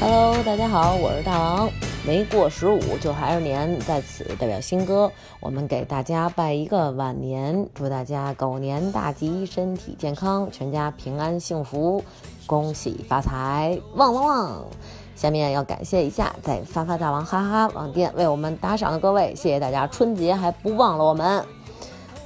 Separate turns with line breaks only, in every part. Hello，大家好，我是大王。没过十五就还是年，在此代表新哥，我们给大家拜一个晚年，祝大家狗年大吉，身体健康，全家平安幸福，恭喜发财，旺旺旺！下面要感谢一下在发发大王哈哈网店为我们打赏的各位，谢谢大家，春节还不忘了我们。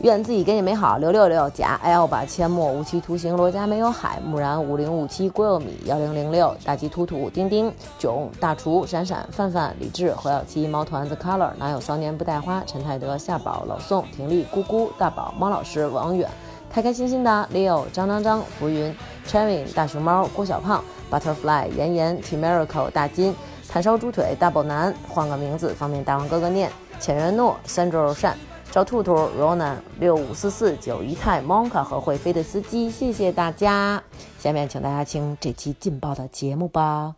愿自己给你美好。刘六六、甲 L 吧、阡陌、无期徒刑、罗家没有海、木然、五零五七、郭佑米、幺零零六、大吉兔兔、丁丁、囧、大厨、闪闪、范范、李志、何小七、猫团子、Color、哪有骚年不带花、陈泰德、夏宝、老宋、婷丽、咕咕、大宝、猫老师、王远。开开心心的 Leo、张张张、浮云、Cherry、大熊猫、郭小胖、Butterfly、妍妍、T Miracle、大金、炭烧猪腿、大宝男，换个名字方便大王哥哥念。浅月诺、三周善、赵兔兔、Ronan、六五四四九一泰、Monka 和会飞的司机，谢谢大家。下面请大家听这期劲爆的节目吧。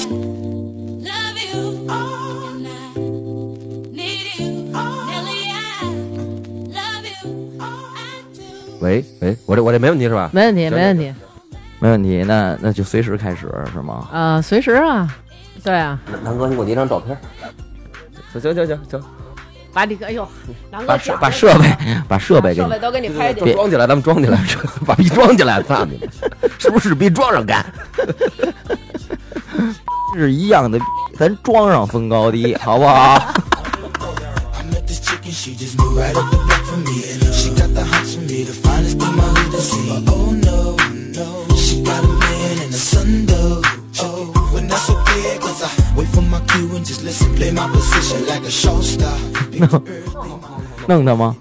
Love you, and I need you. Nelly, I love you, I do.
喂喂，我这我这没问题是吧？
没问题，
行
没问题
没问题，那那就随时开始是吗？
啊、随时啊，对啊，
南哥，你给我截张照片。行行行行 行，
把你 哎呦，南
把
哥
设把设备把设备给
设
你
备，都给你拍进
就
去，
装起来，咱们装起来， 把逼装起来，操你们！是不是逼装上干？
是一样的，咱装上分高低，好不好？
I met this chick and she just moved right up the block for me. She got the hots for me, the finest thing my hood has seen. But oh no, no, she got a man and a son though. Oh, when that's okay, cause I wait for my cue and just listen. Play my position like a show star. Pick the earth, play my-
弄他吗？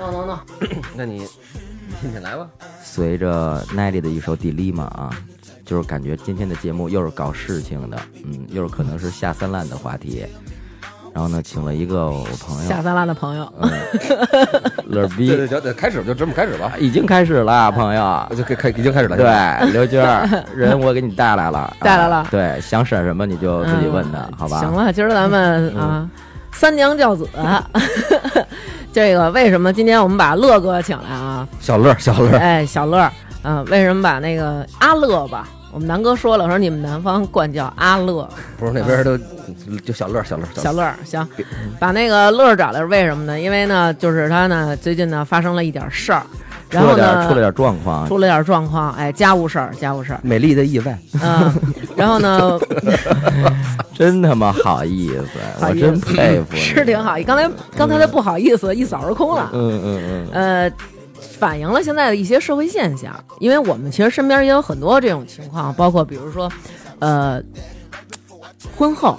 弄弄弄，
那你你来吧。
随着奈丽的一首《Dilemma》啊，就是感觉今天的节目又是搞事情的，嗯，又是可能是下三滥的话题。然后呢，请了一个我朋友呃
下三滥的朋友，
乐
对
逼
对，，哎行，对开始就这么开始
哎
吧。
已经开始了，啊朋友。
就开开已经开始了。现在，
对，刘娟儿，人我给你带来了，
带来了
啊对，想审什么你就呃自己问他，
嗯
好吧？嗯
行了，今儿咱们、啊，三娘教子， 这个为什么今天我们把乐哥请来啊？
小乐小乐，
哎，小乐，嗯、为什么把那个阿乐吧？我们南哥说了，说你们南方管叫阿乐，
不是那边都就小乐小乐
嗯小乐儿行，把那个乐儿找来是为什么呢？因为呢，就是他呢最近呢发生了一点事儿，然
出了
后
点
呢
出了点状况，
出了点状况，哎，家务事儿，家务事儿，
美丽的意外。
嗯，然后 呢
真他妈好意思，
好
我
意
真
思
佩服你。
是挺好，刚才刚才他不好意思一扫而空了，
嗯嗯嗯，
呃。反映了现在的一些社会现象，因为我们其实身边也有很多这种情况，包括比如说，呃，婚后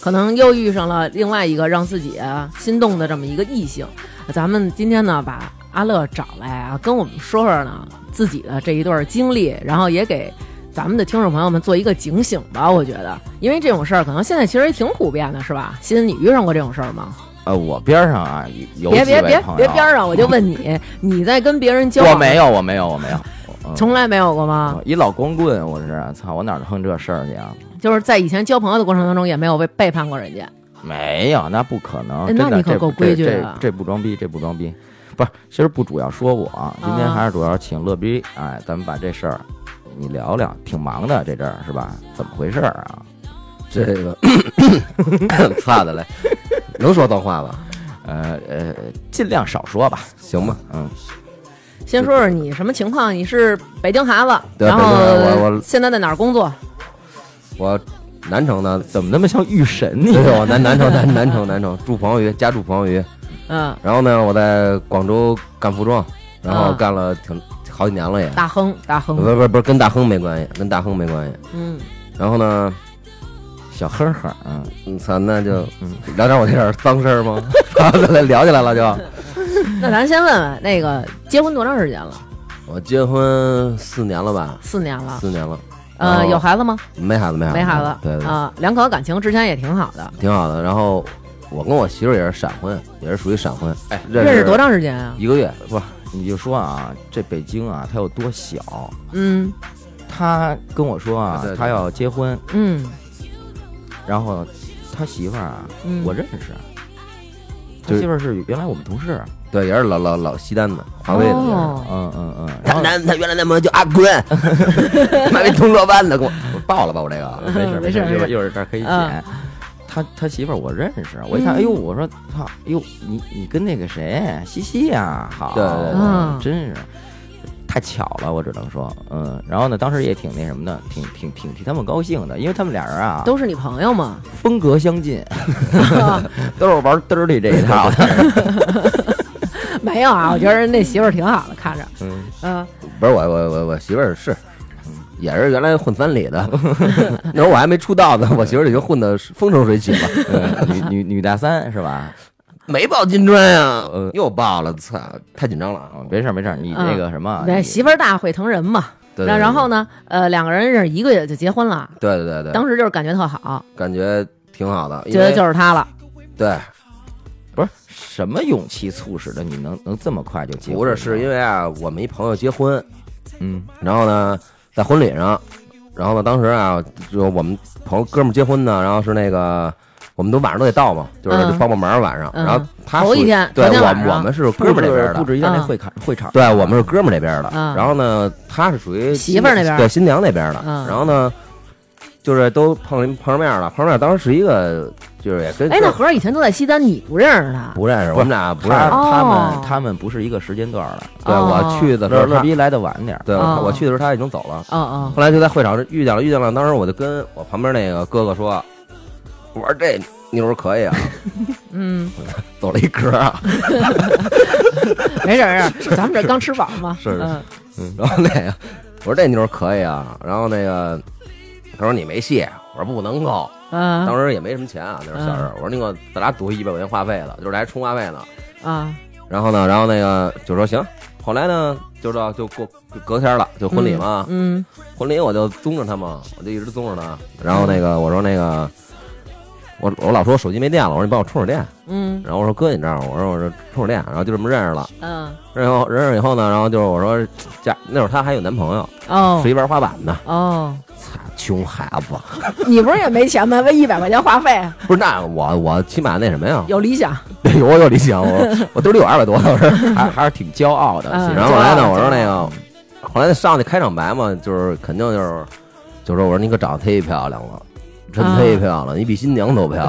可能又遇上了另外一个让自己啊心动的这么一个异性。咱们今天呢，把阿乐找来啊，跟我们说说呢自己的这一段经历，然后也给咱们的听众朋友们做一个警醒吧。我觉得，因为这种事儿可能现在其实也挺普遍的，是吧？欣，你遇上过这种事儿吗？
呃，我边上啊有
别
有几
别
位
别
朋友
别边上，我就问你，你在跟别人交往？啊
我没，有，我没有，我没有，嗯
从来没有过吗
我？一老光棍，我是操，我哪能碰这事儿去啊？
就是在以前交朋友的过程当中，也没有被背叛过人家。
没有，那不可能
哎。
真
那
的
你可
这
够
这
规矩
这
的
这不装逼，这不装逼。不是，其实不主要说我，啊
哦
今天还是主要请乐逼，哎，咱们把这事儿你聊聊，挺忙的这阵儿是吧？怎么回事儿啊？
这个操的嘞，能说脏话吧？
呃呃，尽量少说吧，
行吧，
嗯，
先说说你什么情况？你是北京孩子，
对
然
北京孩子我
后
我
现在在哪儿工作？
我南城的。
怎么那么像御神你
对，？
哎
我哎南南城南南城南城住黄鱼，家住黄鱼。
嗯，
然后呢，我在广州干服装，然后
啊
干了挺好几年了也。
大亨，大亨
不，不不不，跟大亨没关系，跟大亨没关系。
嗯，
然后呢，
小呵呵，嗯，
嗯操，那就 聊点我这点脏事儿吗？ 然后来聊起来了就。
那咱先问问那个结婚多长时间了？
我结婚四年了吧，
四年了。
四年了，
呃，
哦
有孩子吗？
没孩子，没孩子，
没孩子。
对对，
啊，两口感情之前也挺好的。
挺好的。然后我跟我媳妇儿也是闪婚，也是属于闪婚，哎，
认
识
识多长时间啊？
一个月，
不是，你就说啊，这北京啊，它有多小？
嗯
他跟我说啊
对对，对
他要结婚，
嗯，
然后他媳妇儿啊，
嗯
我认识，他
就是
媳妇儿是原来我们同事，
对，也是老老老西单的，华为的也是。
哦
嗯嗯嗯，然
他
后
男他原来男朋友叫阿 坤，妈逼铜锣湾的，给我我爆了吧我这个。
嗯没事
没
没
事
事，
没
一
事
会儿一会儿这儿可以
嗯
剪。他他媳妇儿我认识，我
嗯
一看，哎呦，我说操，哎呦，你你跟那个谁西西呀，好，
对对对
嗯
真是太巧了，我只能说，嗯，然后呢，当时也挺那什么的，挺挺挺替他们高兴的，因为他们俩人啊，
都是你朋友嘛？
风格相近， 都是玩 dirty 这一套的，
没有啊，我觉得那媳妇儿挺好的，看着，
嗯，
嗯，
不是我我我我媳妇儿是，也是原来混三里的， 那会儿我还没出道呢，我媳妇儿已经混得风生水起了，
对女女女大三是吧？
没报金砖啊
呃，
又报了，操，太紧张了啊
嗯，！没事儿没事儿，你
嗯
那个什么，
对，
你
媳妇儿大会疼人嘛。
对，
然
对
然后？呢，呃，两个人认识一个月就结婚了，
对对对对对，
当时就是感觉特好，
感觉挺好的，因
觉得
为
就是他了。
对，
不是什么勇气促使的你能能这么快就结婚？
不是是因
为
为啊，我们一朋友结婚，
嗯
然后呢，在婚礼上，然后呢，当时啊，就我们朋友哥们儿结婚呢，然后是那个，我们都晚上都得到嘛，就是
嗯
帮帮忙晚上，
嗯
然后他
头一
属于
天
对
头天
我
晚上
我们是哥们儿这边
布
的，
置一下那
啊
会场会场，
对我们是哥们儿这边的，
嗯
然后呢，他是属于
媳妇儿那边
对新娘那边的，
嗯
然后呢，就是都碰碰上面了，碰上面当时是一个就是也跟
哎，那合着以前都在西单，你不认识他？
不认识，我们俩不认
他
识，
哦
他们他们不是一个时间段的，
对
哦
我去的时
乐
候
乐
他，
逼来的晚点儿，
对
哦
我去的时候他已经走了。
哦哦，
后来就在会场上遇见了，遇见了。当时我就跟我旁边那个哥哥说：“我说这妞儿可 以啊，
嗯，
走了一格啊。
没事儿没 事儿，咱们这刚吃饱嘛。
是是
嗯”
然后那个我说这妞儿可以啊。然后那个他说你没戏，我说不能够。
嗯
当时也没什么钱啊，那时候小时候。我说那个咱俩赌一百块钱话费了，就是来充话费呢。
啊
然后呢，然后那个就说行。后来呢，就知道就过就隔天了，就婚礼嘛。
嗯
婚礼我就宗着他嘛，我就一直宗着他。然后那个我说那个。我我老说我手机没电了，我说你帮我充会儿电，
嗯
然后我说哥，你这样，我说我这充会儿电，然后就这么认识了。
嗯
认识后认识以后呢，然后就是我说家那会儿她还有男朋友，
哦
是一玩滑板的，
哦，
操，穷孩子。
你不是也没钱吗？为一百块钱话费，
不是，那我我起码那什么呀，
有理 想。
有我有理想，我我兜里有二百 多，我说。
还还是挺骄傲的。
嗯
其实
嗯然后后来呢，
骄傲
我说那
嗯
个，后来上去开场白嘛，就是肯定就是，就说我说你可长得忒漂亮了。真
嗯
忒漂亮，你比新娘都漂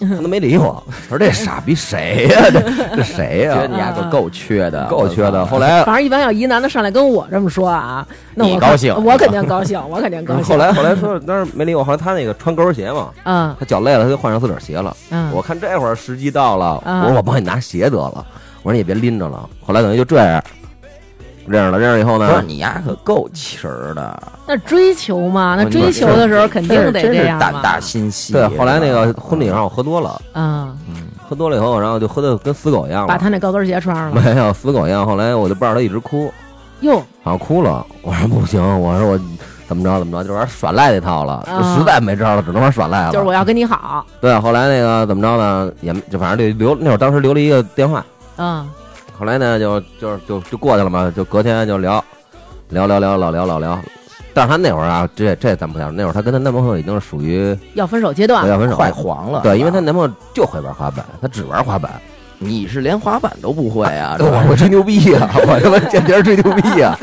亮。他都没理我，我说这傻逼谁呀、这这谁呀、啊
觉得你丫可嗯够缺的，
够缺的。后来
反正一般要一男的上来跟我这么说啊，那我
你
肯
高兴
我肯定高兴，我肯定高兴。
嗯后来后来说，当时没理我。后来他那个穿高跟鞋嘛，
嗯
他脚累了，他就换上自个儿鞋了。
嗯，
我看这会儿时机到了，
嗯
我说我帮你拿鞋得了。我说你也别拎着了。后来等于就这样认识了，认识以后
我不是
呢，
你丫可够气儿的，
那追求嘛，那
我
追求的时候肯定
哦真是
得
真
这
是
样
胆
嘛
大心细。
对，后来那个婚礼上我喝多了，
嗯，
喝多了以后，然后就喝的跟死狗一样
把
了，
他那高跟鞋穿上 了。
没有死狗一样。后来我就抱着他一直哭，
哟，
好像哭了。我说不行，我说我怎么着怎么着，就玩耍赖那套了，
啊
就实在没招了，只能玩耍赖了。
就是我要跟你好，
对，后来那个怎么着呢，也没就反正就留那会儿当时留了一个电话。
嗯
后来呢，就就是就就过去了嘛，就隔天就聊，聊聊聊老聊老聊。但是他那会儿啊，这这咱不聊，那会儿他跟她男朋友已经是属于
要分手阶段
要分手
快
了。
黄了，
对，因为她
他
男朋友就会玩滑板，她只玩滑
啊
板。
你是连滑板都不会啊，是吧
我我吹牛逼呀、我他妈见别人吹牛 逼呀、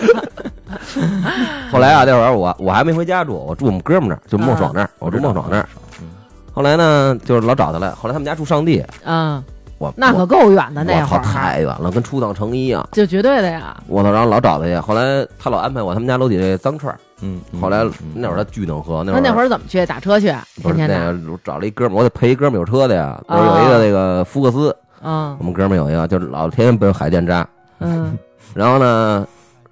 后来啊，那会儿我我还没回家住，我住我们哥们儿那儿，就孟爽那
啊
儿，我住孟爽那儿。后来呢，就是老找他来。后来他们家住上地，
嗯，
我
那可够远的那会
我操
儿啊，
太远了，跟出趟城一样。
就绝对的呀。
我操，然后老找他去。后来他老安排我他们家楼底下脏串儿。
嗯，嗯
后来
嗯
那会儿他巨能喝，那
那
会
那
那
会儿怎么去？打车去，天哦
不是
天
那
的。
个我找了一哥们儿，我得陪一哥们儿有车的呀。就是有一个那个福克斯，
嗯
我们哥们儿有一个，就是老天天奔海淀扎。
嗯
然后呢，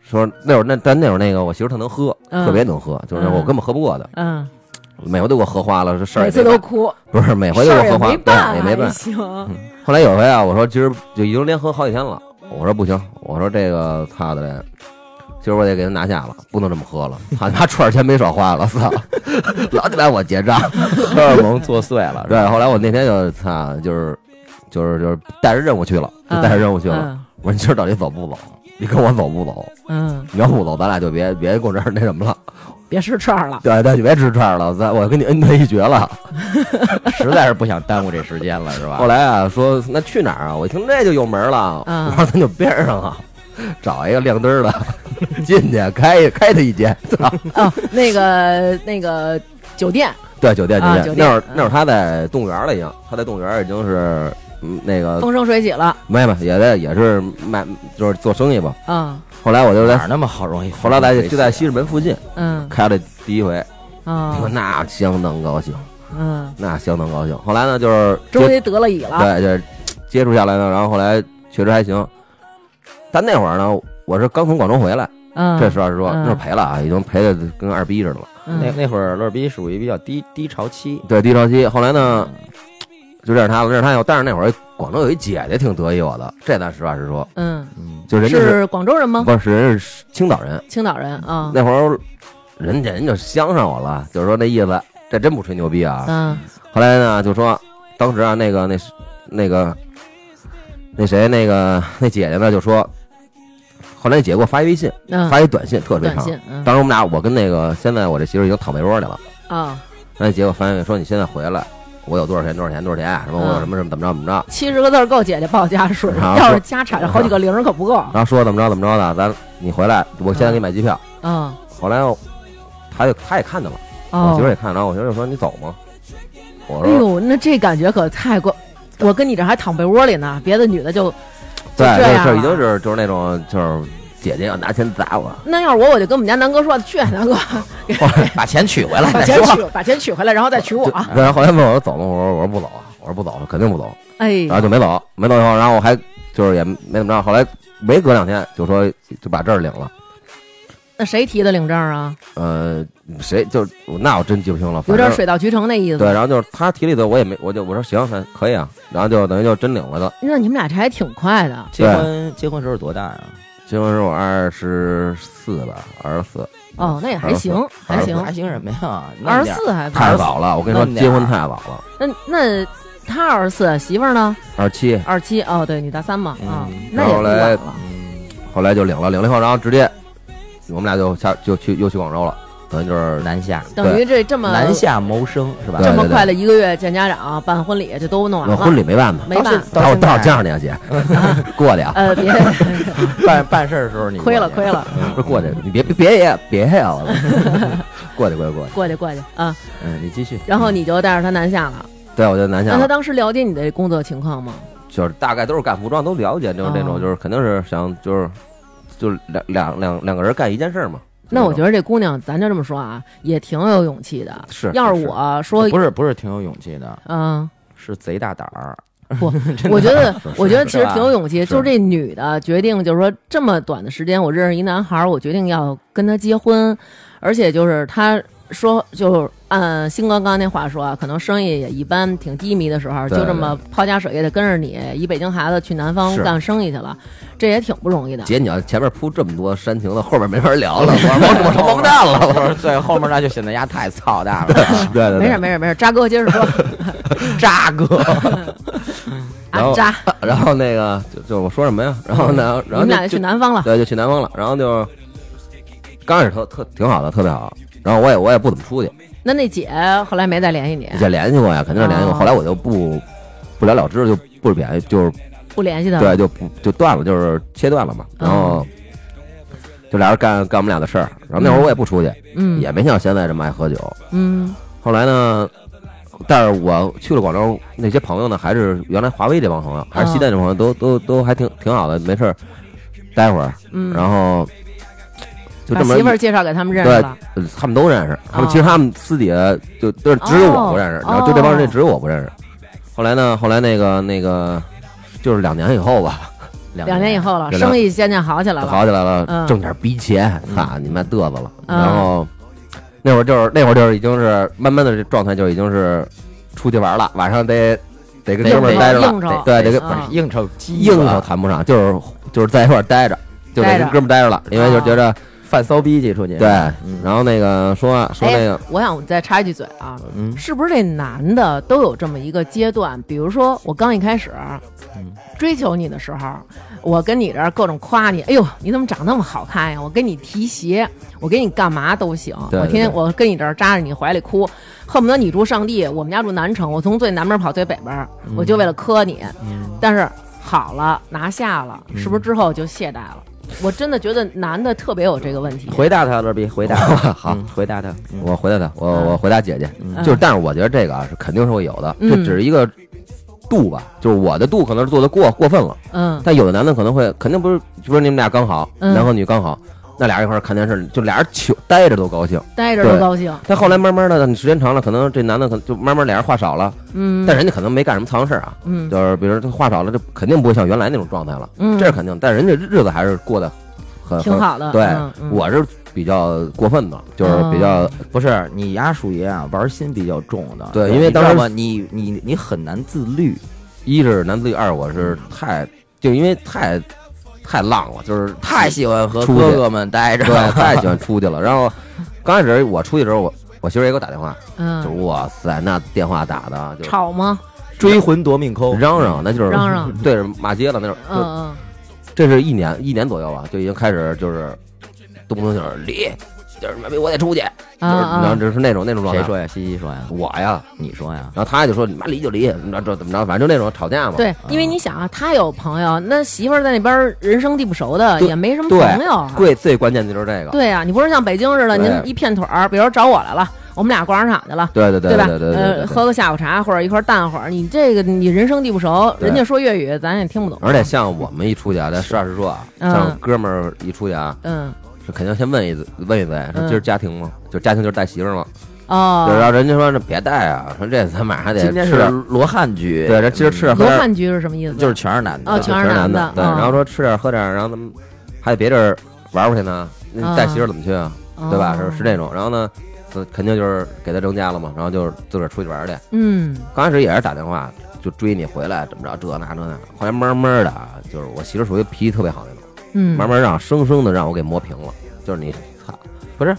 说那会儿那但那会儿那个我媳妇儿特能喝，
嗯
特别能喝，就是那会儿我根本喝不过的，
嗯，
每回都给我喝花 了，这事儿
每
也
次
没
都
办
哭，
不是每回
事儿
都给我
也
喝花，
没办，
对也没办。嗯
行。
后来有回啊，我说今儿就已经连喝好几天了，我说不行，我说这个操的嘞。今儿我得给他拿下了，不能这么喝了。他妈串儿钱没少花了，操！ 老得来我结账。
荷尔蒙作祟了，是吧
对，后来我那天就操，就是就是就是带着任务去了，就带着任务去了。
嗯
我说你今儿到底走不走？你跟我走不走？
嗯，
你要不走，咱俩就别别给我这儿那什么了。
别吃串儿了。
对对，就别吃串儿了，咱我跟你恩断义绝了。
实在是不想耽误这时间了，是吧
后？来啊，说那去哪儿啊？我一听这就有门儿了，
嗯
我说咱就边上啊，找一个亮灯儿的 进去开开他一间。 操
哦，那个那个酒店，
对，酒店
啊
酒
酒店
那会儿
嗯
那会儿他在动物园儿了，已经他在动物园儿已经是嗯那个
风生水起了
没没也在也是卖就是做生意吧。
啊，
后来我就
嗯哪
在
儿那么好容易？
后来在就在西直门附近
嗯
开了第一回，你说
嗯
啊
那相当高兴，
嗯，
那相当高兴。后来呢，就是
终于得了乙了，
对，就是接触下来呢，然后后来确实还行。但那会儿呢，我是刚从广州回来，
嗯，
这实话实说，
嗯
那会儿赔了啊，已经赔的跟二逼似的了。
那
嗯
那会儿乐逼属于比较低低潮期，
对，低潮期。后来呢，
嗯
就认识他了，认识他以后，但是那会儿广州有一姐姐挺得意我的，这咱实话实说，
嗯，
嗯，
就人家是
是广州人吗？
不是人是青岛人，
青岛人啊，
那会儿人家人就相上我了，就是说那意思，这真不吹牛逼啊。
嗯
后来呢，就说当时啊，那个那是那个那谁那个那姐姐呢，就说，后来那姐姐给我发一微信，
嗯，
发一短信，特别
短
长。
信，嗯
当时我们俩，我跟那个现在我这媳妇已经躺被窝里了。
啊，
那姐给我发微信说你现在回来，我有多少钱多少钱多少钱，什么我
嗯
有什么什么怎么着怎么着，
七十个字儿够姐姐报家数，
啊
要是加产好几个零儿可不够，
然后说怎么着怎么着的，咱你回来，我现在给你买机票。
嗯
后来我他就他也看见了，我媳妇
哦，
也看，然后我媳妇就说你走吗？我
哎
说
呦，那这感觉可太过。我跟你这还躺被窝里呢，别的女的就
对，
这样啊
就是
了
已经是就是那种就是姐姐要拿钱砸我，
那要是我，我就跟我们家南哥说去，啊南 哥
把钱取回来
把
再
钱
说。
取把钱取回来，然后再娶我。
就然后后来问我说走吗？我说我说不走，啊我说不走，肯定不走。
哎
然，后就没走，没走以后，然后我还就是也没怎么着。后来没隔两天就说就把证儿领了。
那谁提的领证啊？
呃，谁就那我真记不清了，
有
反
点
正
水到渠成那意思。
对。然后就是他提了一嘴，我也没，我就我说行，那可以啊。然后就等于就真领了的。
那你们俩这还挺快的，
结婚结婚时候多大呀？
结婚时候我二十四吧，二十四，
哦，那也还行，
二
还
十
行，
还行什么呀？那
二
么
十
点儿，
四还不
太早了。我跟你说
那，你俩
结婚太早了，
那那他二十四，媳妇儿呢？
二十七。
二十七。哦，对你大三嘛，
嗯
啊，那
然
也
后
不
来
晚了。
后来就领了，领了以后，然后直接我们俩就下就去又去广州了，等于就是
南下，
等于这这么
南下谋生是吧？
对
这么快的一个月见家长、办婚礼，就都弄完
那
了。
婚礼没办法，
没办法，
到
待会
现在
儿待会儿见着你啊，姐， 过去啊。
呃，别
办办事儿的时候你
亏了亏了，
不是过去，你别别别呀，别呀！我操 过去过去过去，
过去过去啊。
嗯，你继续。
然后你就带着他南下了。
对，我就南下
那
了
他当时了解你的工作情况吗？
就是大概都是干服装，都了解，就是那
哦
种就是肯定是想就是就是两两两两个人干一件事儿嘛。
那我觉
得
得这姑娘，咱就这么说啊，也挺有勇气的。
是
要
是
是我说，
不是不是挺有勇气的，
嗯，
是贼大胆儿。
我觉得
是，
我觉得
是
其实
吧
挺有勇气。
是
就是这女的决定，就是说这么短的时间，我认识一男孩儿，我决定要跟他结婚，而且就是他说，就是按星哥刚刚那话说啊，可能生意也一般，挺低迷的时候，
对
就这么抛家舍业的跟着你，一北京孩子去南方
是
干生意去了，这也挺不容易的。
姐，你要前面铺这么多煽情的，后边没法聊了， 我我我成蒙蛋了。
我说 对，后面那就显得丫太操蛋 了，
对对，
没事没事没事，渣哥接着说，
渣哥。
然
啊
后
渣，
事。 然后那个就就我说什么呀？然后呢，
嗯你
然
们
后
俩
就
就去
就
南方了，
对，就去南方了。然后就刚开始特特挺好的，特别好。然后我也我也不怎么出去，
那那姐后来没再联系你，
也联系过呀，肯定是联系过。
哦
后来我就不不了了之，就不联系，就是
不联系她了
对，，就不就断了，就是切断了嘛。
嗯
然后就俩人干干我们俩的事儿。然后那会儿我也不出去，
嗯
也没像现在这么爱喝酒。
嗯
后来呢，但是我去了广州，那些朋友呢，还是原来华为这帮朋友，还
嗯
是西单这帮朋友，都都都还挺挺好的，没事儿待会儿，
嗯，
然后就
把
这么
媳妇儿介绍给他们认识
对
了，
呃他们都认识，他们
哦
其实他们私底下就就是只有我不认识，
哦
然后就这帮人也只有我不认识。后来呢，后来那个那个就是两年以后吧，
两
两年以后了，
对
生意渐渐好起来了。
就好起来了，
嗯
挣点逼钱，操你妈嘚瑟了。
嗯
然后那会儿就是那会儿就是已经是慢慢的这状态就已经是出去玩了，晚上得得跟
得
哥们儿待着
应酬
了，得对，得嗯
啊
跟
不是应酬鸡
应酬谈不上，就是就是在一块儿待着，就得
待
跟
着啊
哥们儿待着了，因为就觉着
犯骚逼去，说你
对，然后那个说说那个
哎，我想再插一句嘴啊，
嗯
是不是这男的都有这么一个阶段？比如说我刚一开始
嗯
追求你的时候，我跟你这儿各种夸你，哎呦，你怎么长那么好看呀？我给你提鞋，我给你干嘛都行，
对
我天天
对
我跟你这儿扎着你怀里哭，恨不得你住上地，我们家住南城，我从最南边跑最北边，
嗯
我就为了磕你。但是好了，拿下了，
嗯
是不是之后就懈怠了？我真的觉得男的特别有这个问题。
回答他，乐比
哎
回答他，
好
嗯回答他，嗯
我回答他，我我回答姐姐，就是，但是我觉得这个啊是肯定是会有的，
嗯
就只是一个度吧，就是我的度可能是做的过过分了，
嗯，
但有的男的可能会肯定不是，不是你们俩刚好，
嗯
男和女刚好，那俩人一块儿看电视，就俩人糗待着都高兴。
待着都
对
高兴。
但后来慢慢的，你时间长了，可能这男的可能就慢慢俩人话少了，
嗯，
但人家可能没干什么操心事儿啊，
嗯
就是比如说他话少了，这肯定不会像原来那种状态了，
嗯
这是肯定。但人家日子还是过得很
挺好的
很对
嗯，哦嗯
我是比较过分的，就是比较
不是你丫属于啊玩心比较重的，
对
你
因为
知道
当时
吗你你你很难自律，
一是男自女，二我是太就因为太太浪了，就是
太喜欢和
出去
哥哥们待着，
对太喜欢出去了。然后刚开始我出去的时候，我我媳妇儿也给我打电话，就是
嗯，
哇塞，那电话打的就
吵吗？
追魂夺命抠，
嚷嚷，那就是
嚷嚷
对着骂街了，那种。
嗯嗯，
这是一年一年左右吧，就已经开始就是动不动就是离，就是妈逼我得出去，就是
啊
然后
啊，
就是那种那种状态。
谁说呀？西西说呀？
我呀，
你说呀？
然后他就说你妈离就离，你知道这怎么着，反正就那种吵架嘛。
对，因为你想啊，他有朋友，那媳妇儿在那边儿人生地不熟的，
对
也没什么
对
朋友啊。
最最关键的就是这个。
对啊呀，你不是像北京似的，您
对
一片腿儿，比如找我来了，我们俩逛商场去了。
对对对
吧？
对对
呃，
对对。
喝个下午茶或者一块儿淡会儿，你这个你人生地不熟，
对
人家说粤语咱也听不懂。
而且像我们一出去啊，咱实话实说啊，
嗯
像哥们儿一出去啊，
嗯
是肯定先问一嘴问一嘴，说
嗯
今儿家庭吗？就家庭就是带媳妇儿吗？对
哦，
然后人家说这别带啊，说这咱晚上还得
今天
吃
是
点，
罗汉局，
对，这今儿吃点喝
罗
点，
汉局是什么意思？
就是全是男的，
哦
对
全是
男
男的
对，
嗯
然后说吃点喝点，然后咱们还得别地儿玩会儿去呢，那你带媳妇儿怎么去啊？对吧？
嗯哦
是是这种，然后呢，呃肯定就是给他扔家了嘛，然后就是自个儿出去玩儿去。
嗯
刚开始也是打电话就追你回来，怎么着这那这那，后来慢慢的啊，就是我媳妇儿属于脾气特别好那种，
嗯，
慢慢让生生的让我给磨平了，就是你操，
不是，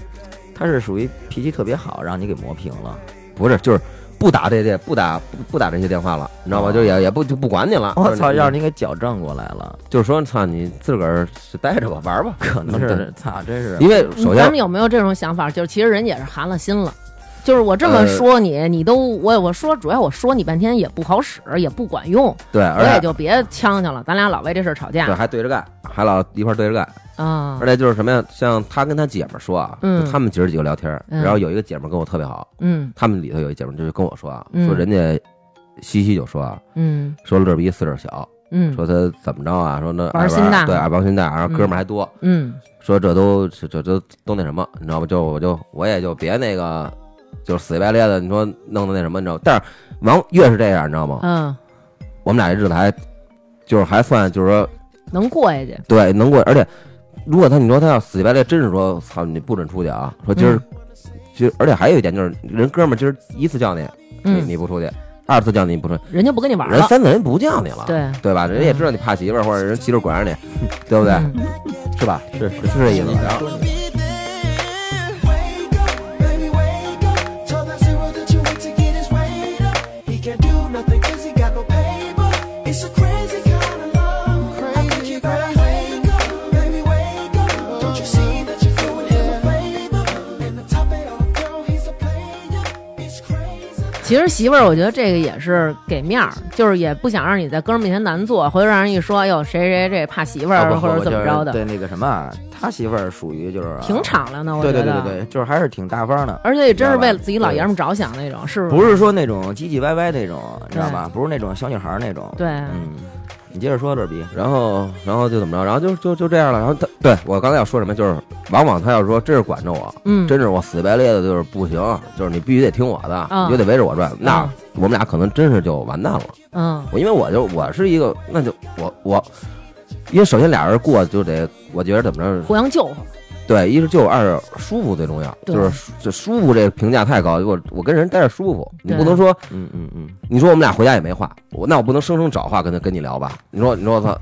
他是属于脾气特别好，让你给磨平了。
不是就是。不打这些，不打不不打这些电话了，你知道吧？
哦
就也也不就不管你了。
我操，让
你
你给矫正过来 了，
就是说，操你自个儿是待着吧，玩儿吧。
可能
对
是操，真是
因为首
咱
先
们有没有这种想法？就是其实人也是寒了心了，就是我这么说你，你都我我说主要我说你半天也不好使，也不管用，
对，
我
而且
也就别呛呛了，咱俩老为这事儿吵
对，
架
还对着干，还老一块儿对着干。
啊
而。且就是什么呀，像他跟他姐们儿说啊，
嗯
就他们姐儿几个聊天儿，
嗯
然后有一个姐们儿跟我特别好，
嗯
他们里头有一姐们儿就是跟我说啊，
嗯
说人家西西就说啊，
嗯
说乐比岁数小，
嗯
说他怎么着啊，说那
玩
爱
心大
对，爱玩心大，然后
嗯
哥们儿还多，
嗯
说这都这这都都那什么，你知道吗？就我就我也就别那个，就是死乞白咧的，你说弄的那什么，你知道吗？但是王越是这样，你知道吗？
嗯，
我们俩这日子还就是还算就是说
能过下去。
对，能过。而且，如果他你说他要死乞白赖，真是说操你不准出去啊！说今儿，
嗯
今儿，而且还有一点就是，人哥们儿今儿一次叫你，你
嗯，
你不出去；二次叫你你不出去，
人家不跟你玩
人
了。
三次人不叫你了，
对
吧？人家也知道你怕媳妇儿，或者人媳妇儿管着你，对不对？
嗯
是吧？
是是
是这意思吧。然后
Wake up, baby, wake up. Tell that zero that you wait to get his weight up. He can't do nothing 'cause he got no paper. It's a crazy kind of love. I think you gotta wake up, baby, wake up. Don't you see that you're doing him a favor? And to top it off, girl, he's a player. It's crazy.
其实媳妇儿，我觉得这个也是给面儿，就是也不想让你在哥们儿面前难做，回头让人一说，哟，谁谁谁怕媳妇
啊不
儿
不
或者
不
怎么
就是
着的，
对那个什么，他媳妇儿属于就是啊
挺敞亮的。我
对
觉得，
对对对对，就是还是挺大方的。
而且也真是为
知道
了
吧
自己老爷们儿着想那种，是不是？
不是说那种唧唧歪歪那种，你知道吧？不是那种小女孩儿那种。
对，
嗯，你接着说，乐比。
然后，然后就怎么着？然后就就就这样了。然后他对我刚才要说什么，就是往往他要说真是管着我，
嗯，
真是我死乞白赖的，就是不行，就是你必须得听我的，
嗯
你就得围着我转。那
嗯
我们俩可能真是就完蛋了。
嗯
我因为我就我是一个，那就我我，因为首先俩人过就得，我觉得怎么着，
互相救活。
对，一是就二是舒服最重要，
对
就是舒这舒服这评价太高，我我跟人待着舒服，你
对
不能说
嗯嗯嗯，
你说我们俩回家也没话，我那我不能生生找话跟他跟你聊吧？你说你说我操，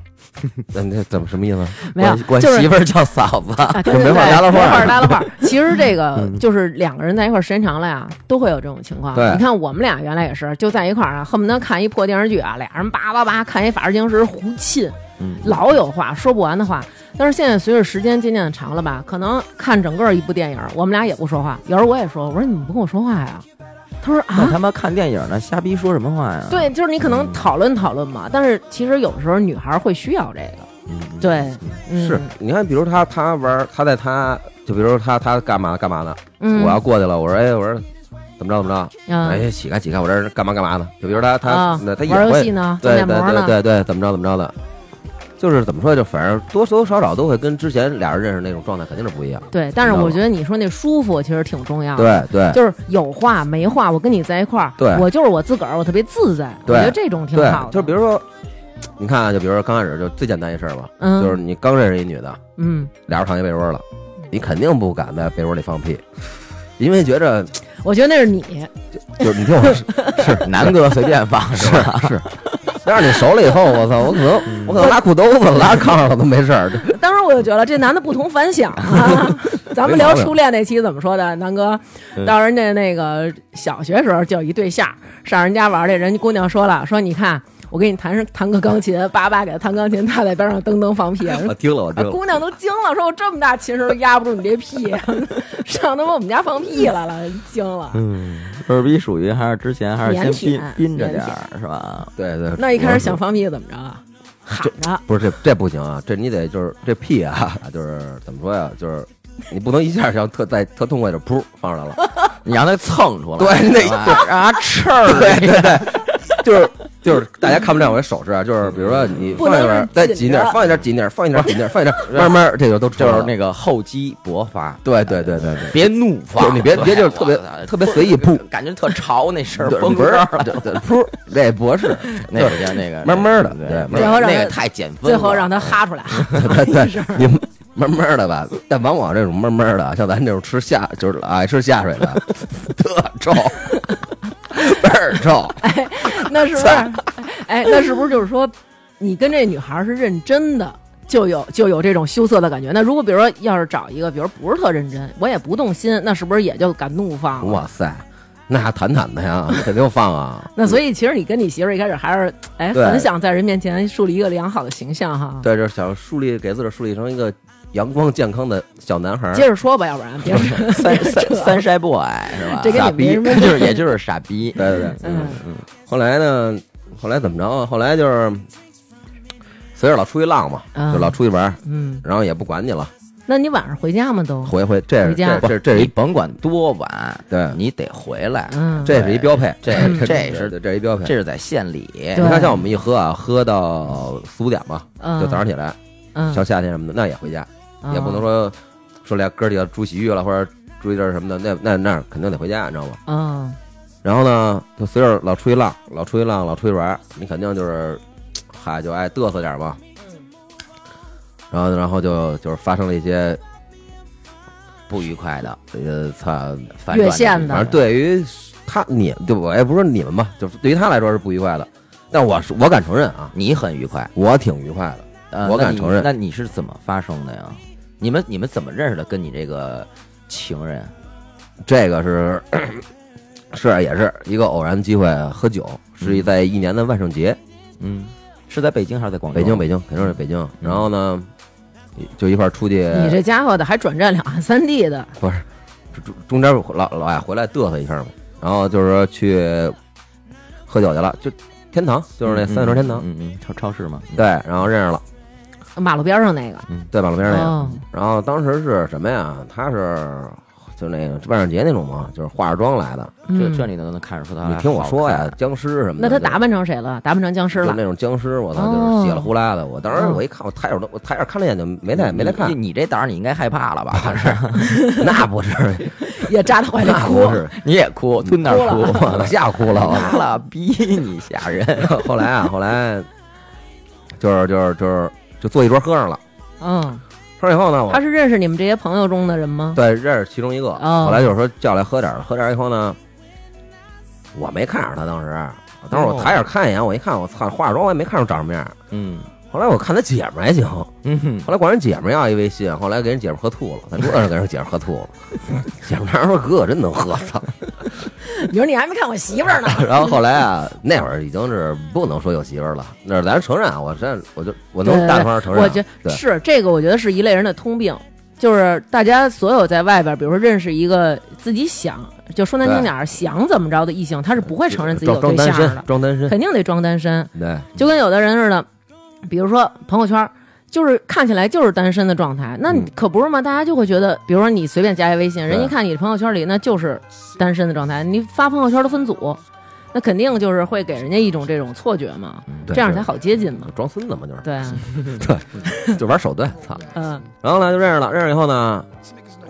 那那怎么什么意思？
没有，
管
就是
媳妇儿叫嫂子，
啊，对
就
对对，
没法搭了话儿
没
嗯
法搭了 话儿。其实这个就是两个人在一块儿时间长了呀，都会有这种情况。
对
你看我们俩原来也是，就在一块儿啊，恨不得看一破电视剧啊，俩人叭叭叭看一《法制进行时》，胡沁，
嗯
老有话说不完的话。但是现在随着时间渐渐的长了吧，可能看整个一部电影，我们俩也不说话。有时候我也说，我说你怎么不跟我说话呀？他说啊
那，他妈看电影呢，瞎逼说什么话呀？
对，就是你可能讨论讨论嘛，但是其实有时候女孩儿会需要这个，
嗯，
对，嗯
是，你看，比如他他玩儿，他在他就比如他他干嘛干嘛呢？
嗯，
我要过去了，我说哎，我说怎么着怎么着？
嗯
哎，起开起开，我这是干嘛干嘛呢？就比如他他
啊
那他也
玩游
会
戏呢，做
对
面
对
膜
对
呢，
对对，怎么着怎么着的，就是怎么说，就反正多多少少都会跟之前俩人认识那种状态肯定是不一样。
对，但是
知道
我
吧
觉得你说那舒服其实挺重要的。
对对
啊就是有话没话，我跟你在一块儿，
对
我就是我自个儿，我特别自在。我
对
觉得这种挺
对
好的。，
就比如说，你看啊，就比如说刚开始就最简单一事儿吧，
嗯
就是你刚认识一女的，
嗯，
俩人躺一被窝了，你肯定不敢在被窝里放屁，因为觉着
我觉得那是你，
就 是你听我说，
是南哥随便放是吧？
啊
是，但是你熟了以后，我操，我可
嗯
能我可能拉裤兜子、拉炕上都没事儿。
当时我就觉得这男的不同凡响 啊。咱们聊初恋那期怎么说的？南哥，
嗯
到人家那个小学时候就有一对象，上人家玩儿去，人家姑娘说了，说你看我给你弹弹个钢琴，叭叭给他弹钢琴，他在边上噔噔放屁。我说
我听了，我
啊，姑娘都惊了，说我这么大琴声都压不住你这屁， 上他妈我们家放屁来了，惊了。
嗯
二逼属于还是之前还是先
腼腆
憋憋着
腼
点儿是吧？
对对，
那一开始想放屁怎么着啊？
嗯
喊着，
不是这这不行啊，这你得就是这屁啊，就是怎么说呀，就是你不能一下想特在特痛快的噗放出来了，
你让他蹭出来，
对那
是 吧啊刺儿，
对对对，就是。就是大家看不见我这手势啊，就是比如说你
不
放
能
一点
是，
再
紧
紧一点
着，
放一点，紧一点，放一点，紧一点，放一点， 慢慢这就都
就
就是
那个厚积薄发，
对对对对对，
别怒放，
就是你别
对
别就是特别
我操
特别随意噗
感觉特潮那事儿，
对
绷
不
着
是
儿，
对对噗，这博士
那个叫那个
慢慢的
对
对慢慢
最后让
那
他
个太减分了，
最后让他哈 出来，
对对，你慢慢的吧。但往往这种慢慢的，像咱这种吃下就是爱吃下水的，特臭， 倍儿臭。
那是不是？哎，那是不是就是说，你跟这女孩是认真的？就有就有这种羞涩的感觉。那如果比如说要是找一个，比如不是特认真，我也不动心，那是不是也就敢怒放了？
哇塞，那坦坦的呀，肯定放啊。
那所以其实你跟你媳妇儿一开始还是哎，
对
很想在人面前树立一个良好的形象哈。
对，就是想树立给自个儿树立成一个阳光健康的小男孩儿。
接着说吧，要不然 别说。
三三三筛 boy 是吧？
这跟你
傻
没
逼
什么，
就是也就是傻逼，
对对对，
嗯，
后来呢？后来怎么着啊？后来就是随着老出去浪嘛，
嗯
就老出去玩儿，
嗯，
然后也不管你了。
那你晚上回家吗？都
回回这
回
是
家
这这这是
你
一
甭管多晚，
对
你得回来，
嗯
这是一标配，
这
这
这是
这是一标配
这。是在县里，
对
哎你看，像我们一喝啊，喝到四五点吧，
嗯
就早上起来，
嗯
像夏天什么的，那也回家，也不能说说俩哥几个住洗浴了，或者住一地儿什么的，那那那肯定得回家，你知道吗？
嗯
然后呢，就随着老出去浪，老出去浪，老出去玩儿，你肯定就是，嗨，就爱嘚瑟点儿嘛。
嗯
然后，然后就就是发生了一些，
不愉快的，
呃，操，
反转
越线的
反正对于他你对我也不是说你们吧，就是对于他来说是不愉快的，但我是我敢承认啊，
你很愉快，
我挺愉快的。
呃
我
那
敢
你
承认
那你是怎么发生的呀？你们你们怎么认识的？跟你这个情人
这个是 是也是一个偶然机会喝酒，是一在一年的万圣节，
嗯，是在北京还是在广州？
北京北京肯定是北京。然后呢，就一块儿出去，
你这家伙的还转战两岸 三地的，
不是中中间老老爱回来嘚瑟一下嘛，然后就是说去喝酒去了，就天堂，就是那
嗯
三里屯天堂，
嗯嗯，嗯超超市嘛，嗯
对，然后认识了，
马路边上那个。
对马路边那个。
哦，
然后当时是什么呀？他是就那个万圣节那种嘛，就是化着妆来的。
这
嗯
这你都能看出他。
你听我说呀，，僵尸什么的。
那他
就
打扮成谁了？打扮成僵尸
就
了
那？种僵尸，我操，就
哦
是血了呼啦的。我当时
嗯
我一看，我抬眼我抬眼看了一眼就没太没太看
你，你这胆儿你应该害怕了 吧？
那不是，
也扎他怀里
那
哭
不。 是，
你也哭，蹲那儿哭，
我吓哭了。我
妈 了逼你吓人！
操后来啊，后来就是就是就是就坐一桌喝上了，
嗯，
喝上以后呢，我
他是认识你们这些朋友中的人吗？
对认识其中一个，
哦
后来就是说叫来喝点儿，喝点儿以后呢，
哦
我没看上他当时，当时我抬眼看一眼，我一看，我操，化妆我也没看上长什么样。
嗯，
后来我看他姐们儿还行，
嗯哼，
后来管人姐们儿要一微信，后来给人姐们儿喝吐了，在桌上给人姐们儿喝吐了。 姐们儿说：“哥哥真能喝，操！”
你说你还没看我媳妇儿呢，
然后后来啊，那会儿已经是不能说有媳妇儿了，那是咱承认啊，我真我就 我能
对
大方地承认啊、
我觉得
对
是这个，我觉得是一类人的通病，就是大家所有在外边，比如说认识一个自己想，就说难听点儿，想怎么着的异性，他是不会承认自己有
装
对
装
象
单
的
身，，装单身，
肯定得装单身。
对，
就跟有的人似的，比如说朋友圈儿，就是看起来就是单身的状态，那你
嗯
可不是嘛？大家就会觉得，比如说你随便加一微信，人
对
一看你朋友圈里那就是单身的状态，你发朋友圈都分组，那肯定就是会给人家一种这种错觉嘛，
嗯对
这样
是
才好接近嘛。
装孙子嘛，就是
对啊，
对，就玩手段，操！
嗯、
然后呢，就认识了，认识以后呢，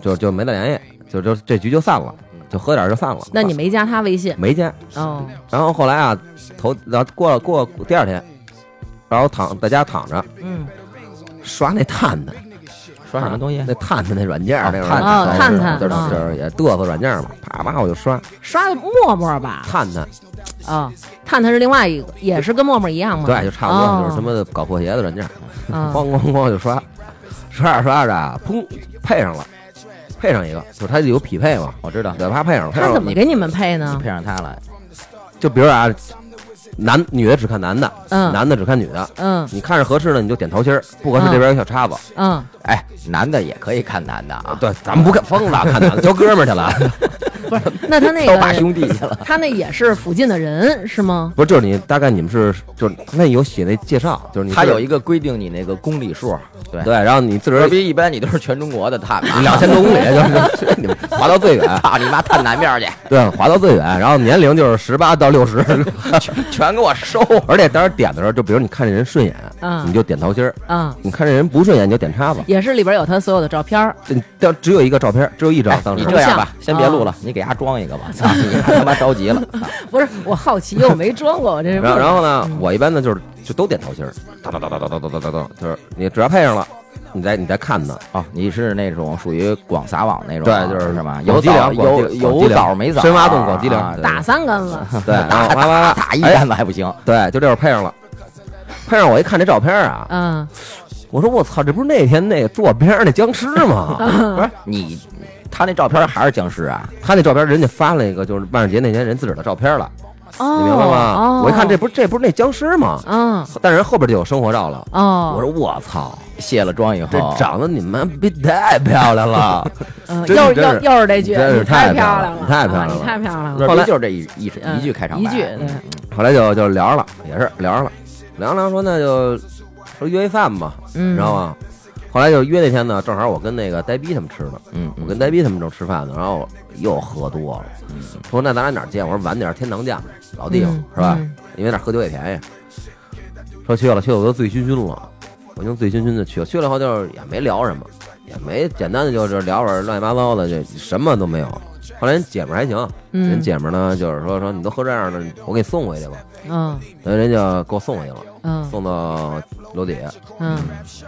就就没再联系，就就这局就散了，就喝点儿就散了。
那你没加他微信
没见？
哦？
然后后来啊，头然后过了过了第二天，然后躺在家躺着
嗯，
刷那探探，
刷什么东西
那？探探那软件儿，
啊
那
探
探
探
哦探探
就是就是也嘚瑟软件儿嘛，啪啪我就刷
刷的陌陌吧？
探探，
啊、探探是另外一个，也是跟陌陌一样嘛？
对，就差不多就是什
么
么搞破鞋的软件儿，
啊
咣咣咣就刷，刷着刷着啊，砰配上了，配上一个，就是它有匹配嘛，
我知道，
对，啪配上了，配上
他
了
怎么给你们配呢
配？上他了，
就比如啊，男女的只看男的，
嗯
男的只看女的，
嗯
你看着合适的你就点桃心儿，不合适这边有小叉子。
嗯，
哎，男的也可以看男的啊，
对，咱们不看疯了，看男的交哥们儿去 了，
不是，那他那
都把
个
兄弟去了。
他那也是附近的人是吗？
不是，就是你大概你们是就是那有写那介绍，就是你
他有一
个
个规定，你那个公里数，对，
对，然后你自个
牛
儿
逼，一般你都是全中国的探 嘛，
两千多公里，就是你们滑到最远，
操你妈探南面去，
对，滑到最远，然后年龄就是十八到六十，
全给我收。
而且当时点的时候，就比如你看这人顺眼，
嗯
你就点桃心儿。
啊、
你看这人不顺眼你就点叉子，
也是里边有他所有的照片儿。
这这只有一个照片，只有一张
哎。
当
你
时
这样啊吧
头像，
先别录了，你给丫装一个吧，操你丫他妈着急了。
不是，我好奇，因为我没装过，我这是
然后然后呢，我一般呢就是就都点桃心儿，哒哒哒哒哒哒哒哒哒，就是你只要配上了，你再你再看呢，
哦，你是那种属于广撒网那种
对
啊，
就是
是吧？
广
有
积粮
枣
广积
有
粮
有枣没枣啊，
深挖洞广积粮
啊
打三竿子，
对，然后哇哇哇，
打一
哎
竿子还不行，
对，就这会儿配上了，配上我一看这照片啊，
嗯
我说我操，这不是那天那个坐我边上那僵尸 吗？
不是你，他那照片还是僵尸啊？
他那照片人家发了一个就是万圣节那天人自个儿的照片了，
哦，
你明白吗？
哦、
我一看这不是这不是那僵尸吗？
嗯
但是人后边就有生活照了，
哦，
我说我操，
卸了妆以
这
后，
长得你妈逼太漂亮了。
嗯
真
又
是
又又是这句，
真是
你
太
太
漂
漂
亮
亮
了
了，
太漂亮
啊
了
你太漂亮
这
了。
后来
就是这一一
嗯
一句开场白，
一句对
嗯
后来就就聊了，也是聊了，聊聊说那就说约一饭吧，
嗯
你知道吗？后来就约那天呢，正好我跟那个呆逼他们吃呢，
嗯，
我跟呆逼他们正吃饭呢，然后又喝多了，说那咱俩哪儿见？我说晚点儿天堂见，老地方、
嗯
是吧
嗯？
因为那儿喝酒也便宜。说去了，去了我都醉醺醺了，我已经醉醺醺的去了，去了以后就是也没聊什么，也没简单的就是聊会儿乱七八糟的，这什么都没有。后来人姐们儿还行，
嗯
人姐们儿呢就是说说你都喝这样的，我给你送回去吧。
嗯
然后人家给我送回去了，
嗯
送到楼底下。
嗯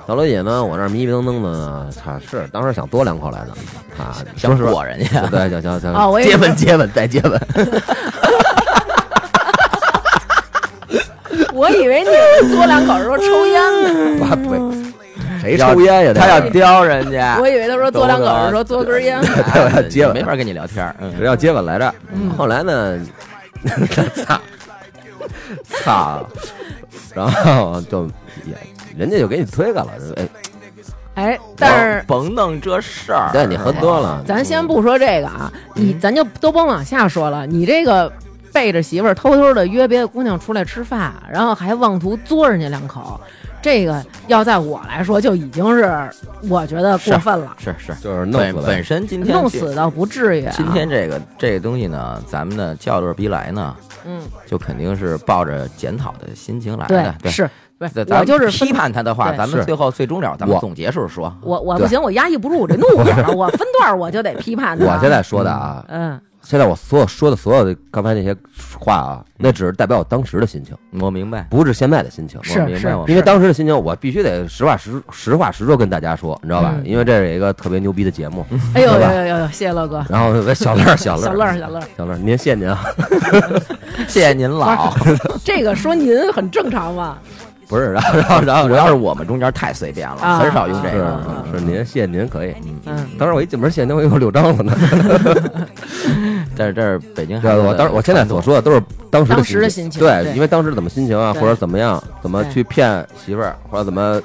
到楼底下呢，我那儿迷迷瞪瞪的，操，是当时想多两口来的，啊，
想
说实话
躲人家，
对，想想想
哦我以为
接吻接吻再接吻，
我以为你们嘬两口说抽烟呢，
不不，谁抽烟嗯呀？
嗯他
这
要
是
叼人家，
我以为他说嘬两口是说嘬根烟呢。
他要接吻
没嗯法跟你聊天儿。嗯
谁要接吻来着？后来呢， 操，操，然后就也人家就给你推开了，哎，
哎， 但是
甭弄这事儿，
但你喝多了，
咱先不说这个啊，你咱就都甭往下说了。你这个背着媳妇儿偷偷的约别的姑娘出来吃饭，然后还妄图嘬人家两口，这个要在我来说就已经是我觉得过分了，
是是，
就是弄
本
死
本
呗，
身今天
弄
这
死倒不至于、啊。
啊今天这个这个东西呢，咱们的叫乐逼来呢，
嗯，
就肯定是抱着检讨的心情来
对
的，，哎对。
是，不
对
是
咱
我
们
就是分
批判他的话，
对
咱们
是
最后最终了，咱们
我
总结时候说，
我我不
对
行，我压抑不住我这怒火，我分段我就得批判他。
我现在说的啊，
嗯
现在我所有说的所有的刚才那些话啊，那
嗯
只是代表我当时的心情，
我明白，
不是现在的心情。
是
我明
是
白，我
因为
明白
当时的心情，我必须得实话实实话实说跟大家说，你知道吧？
嗯
因为这是一个特别牛逼的节目。
哎呦
好
呦
吧
呦呦呦，谢谢乐哥，
然后呃小乐儿，小乐儿，
小乐儿小乐儿，
小乐儿，您谢谢您啊。
谢谢您老，
这个说您很正常嘛，
不是，然后然后然后主要是我们中间太随便了，
啊
很少用这
是
个。
嗯是，您谢谢您可以。
嗯，
当时我一进门谢谢您，我以为我六张 了呢。
但是这是北京孩
对，
子的
我当时我现在所说的都是当时
当时的心情
对
对，
因为当时怎么心情啊，
对
或者怎么样，怎么去骗媳妇儿，或者怎么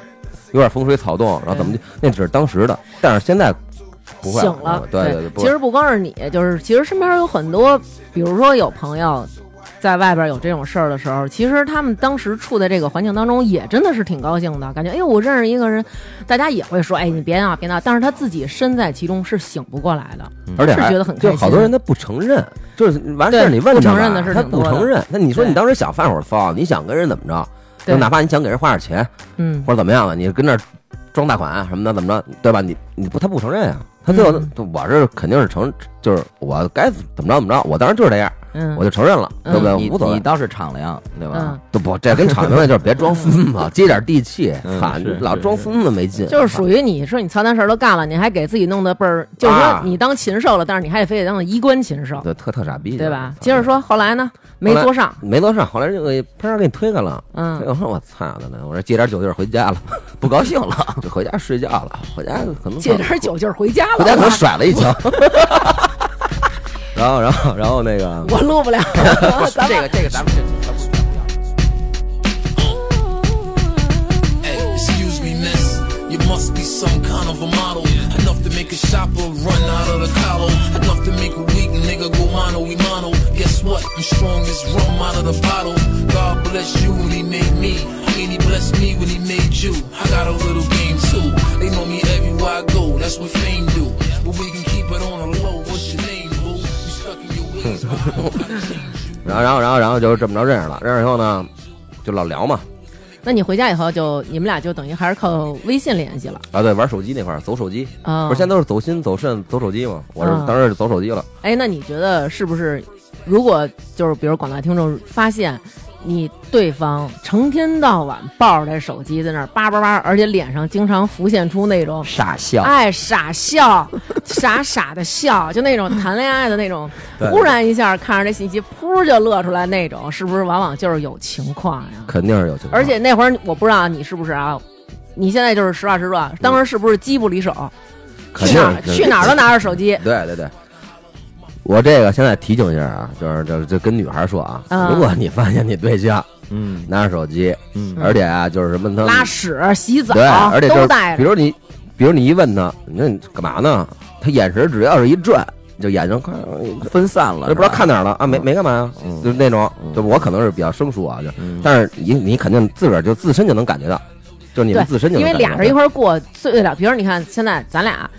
有点风吹草动，然后怎么就那只是当时的，但是现在不会
醒了
嗯。对对对，不
其实不光是你，就是其实身边有很多，比如说有朋友在外边有这种事儿的时候，其实他们当时处在这个环境当中，也真的是挺高兴的，感觉哎呦，我认识一个人，大家也会说哎你别闹别闹，但是他自己身在其中是醒不过来的，
嗯
而且还
是觉得很开
就
心
好多人他不承认，就是完事儿
对
你问
不
他
承
吧
认的事
他
挺多
不
的
承认。那你说
对
你当时想犯会儿骚，你想跟人怎么着？
对
就哪怕你想给人花点钱
嗯
或者怎么样啊，你跟那儿装大款啊什么的，怎么着，对吧？你你不他不承认啊，他最后
嗯
我是肯定是承，就是我该怎么着怎么着，我当时就是这样，
嗯，
我就承认了，对不对？
你
无所
你
谓。
倒是敞亮，对吧
嗯？
都不，这跟厂明白就是别装孙 子，接点地气，
嗯
操
是，
老
是
装
是
孙子没劲。
就是属于你说你操蛋事儿都干了，你还给自己弄得倍儿，就是说
啊
你当禽兽了，但是你还得非得当衣冠禽兽，
对特特傻逼，
对吧？接着说，后来呢，没
后来嗯
坐上，
没坐上，后来就给啪给你推开了。
嗯
推开后我操的呢！我说借点酒劲儿回家了，不高兴 了，就回家睡觉了。回家可能
借点酒劲儿回家
回家可能
了，
甩 了一跤。然后，然后，然后那个
我录 不了，咱们
这个这个咱们
Hey, excuse me, miss. You must be some kind of a model. Enough to make a shopper run out of the collar. Enough to make a weak nigga go mano we mano. Guess what? I'm strong as rum out of the bottle. God bless you when he made me. I mean, he blessed me when he made you. I got a little game too. They know me everywhere I go. That's what fame do. But we can keep it on the low. What's your name, boo? You stuck in your ways. but I don't wanna change you.
然后，然后，然后，然后就这么着认识了。认识以后呢，就老聊嘛。
那你回家以后就你们俩就等于还是靠微信联系了。
啊，对，玩手机那块儿，走手机，
哦
不是现在都是走心、走肾、走手机嘛？我是
嗯
当时是走手机了。
哎，那你觉得是不是？如果就是比如广大听众发现你对方成天到晚抱着这手机在那儿叭叭叭，而且脸上经常浮现出那种
傻笑。
爱傻笑， 傻傻的笑，就那种谈恋爱的那种， 忽然一下看着这信息，噗就乐出来那种，是不是往往就是有情况呀？
肯定是有情况，
而且那会儿我不知道你是不是啊，你现在就是实话实说，啊当时是不是机不离手？
肯
去
定
哪儿
是嗯
去哪儿都拿着手机。
对对对，我这个现在提醒一下啊，就是就是就跟女孩说啊，
嗯
如果你发现你对象
嗯
拿着手机，
嗯
而且啊就是什么他
拉屎、洗澡，
对，而且就
都
是
带
比
着。
如你，比如你一问他，你说你干嘛呢？他眼神只要是一转，就眼睛看，
分散了，
也不知道
是吧
看哪儿了啊，没没干嘛呀，
嗯
就是那种，
嗯
就我可能是比较生疏啊，就
嗯
但是你你肯定自个儿就自身就能感觉到，就是你
对
们自身，就
因为
能感觉到
俩人一块儿过最了。比如你看，现在咱俩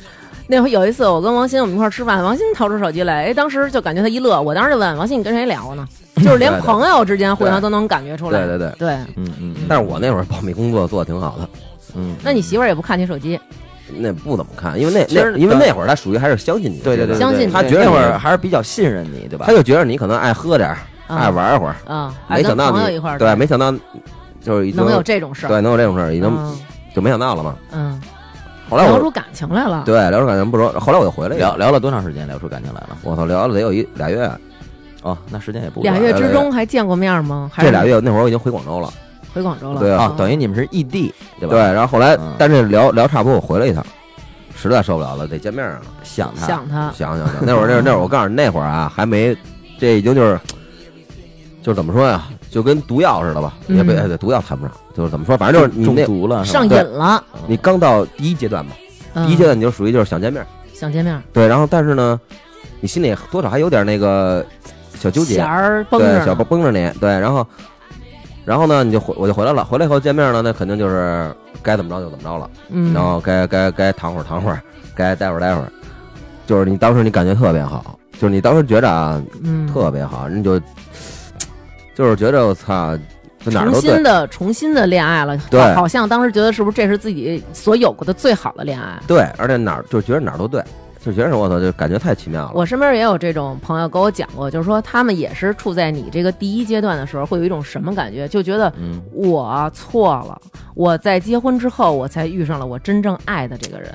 那会儿有一次，我跟王鑫我们一块儿吃饭，王鑫掏出手机来，哎，当时就感觉他一乐，我当时就问王鑫你跟谁聊呢？就是连
对对
朋友之间互相都能感觉出来。
对对对
对，
嗯嗯嗯
但是我那会儿保密工作做的挺好的，
嗯，
那你媳妇儿也不看你手机，
那不怎么看，因为那
其实
那因为那会儿他属于还是相信你的
对对
阶
对，
段，
相信你
他
他
觉
觉
得
得
那
你
会儿还是比较信任你，对吧哎
他？就觉得你可能爱喝点儿，
啊
爱玩一会儿，
嗯，还
没想
跟
到
朋友
你
一块儿
对，没想到就是已经
能有这种事儿，
对能有这种事儿，已经
嗯
就没想到了嘛。
嗯，
后来
聊
我
出感情来了。
对聊出感情不说，后来我就回来一
聊
个，
聊了多长时间，聊出感情来了？
我操，聊了得有一俩月，
哦，那时间也不短
俩月之
对
中还见过面吗？还是
这俩月那会儿我已经回广州了，
回广州了。
对
啊
嗯，
等于你们是异地，对
对，
吧？
然后后来
嗯
但是聊聊差不多，我回来一趟，实在受不了了，得见面啊，
想他，
想 他，
想想想，那会儿那会儿那会儿我告诉你，那会儿啊还没，这已经就是就是怎么说呀，就跟毒药似的吧，也不
嗯
哎毒药谈不上，就是怎么说，反正就是你
中
那
毒啊了，是吧
上瘾了，
你刚到第一阶段嘛，
嗯
第一阶段你就属于就是想见面，
嗯
想见面，
对，然后但是呢，你心里多少还有点那个小纠结
弦，儿绷着
对，
呢，
小绷绷着你，对，然后然后呢，你就回我就回来了，回来以后见面呢，那肯定就是该怎么着就怎么着了，
嗯，
然后该该该躺会儿躺会儿，该待会儿待会儿，就是你当时你感觉特别好，就是你当时觉着啊
嗯，
特别好，你就就是觉着我操，这哪儿
重
都
新
对。
的重新的恋爱了，
对
好好像当时觉得是不是这是自己所有过的最好的恋爱？
对，而且哪儿就觉得哪儿都对，就觉得我操，就感觉太奇妙了。
我身边也有这种朋友跟我讲过，就是说他们也是处在你这个第一阶段的时候，会有一种什么感觉？就觉得
嗯
我错了，我在结婚之后，我才遇上了我真正爱的这个人。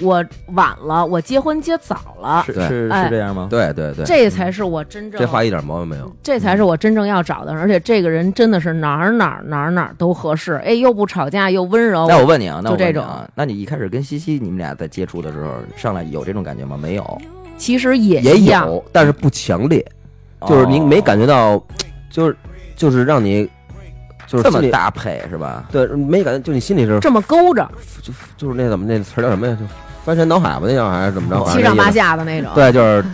我晚了，我结婚结早了，
是
对
是
哎
是这样吗？
对对对，
这才是我真正
嗯这话一点毛病没有。
这才是我真正要找的人。而且这个人真的是哪儿哪儿哪儿哪儿都合适，哎，又不吵架，又温柔。
那我问你啊，那我
哦就这
问你啊，那你一开始跟西西你们俩在接触的时候，上来有这种感觉吗？没有，
其实也
也
一样，
有，但是不强烈，
哦
就是你没感觉到，就是就是让你就是
这么
心里
搭配是吧？
对，没感觉，就你心里是
这么勾着，
就就是那怎么那词儿叫什么呀？就翻山倒海吧，那叫还是怎么着？
七
反正
上
那
八
意思
下的那种。
对，就是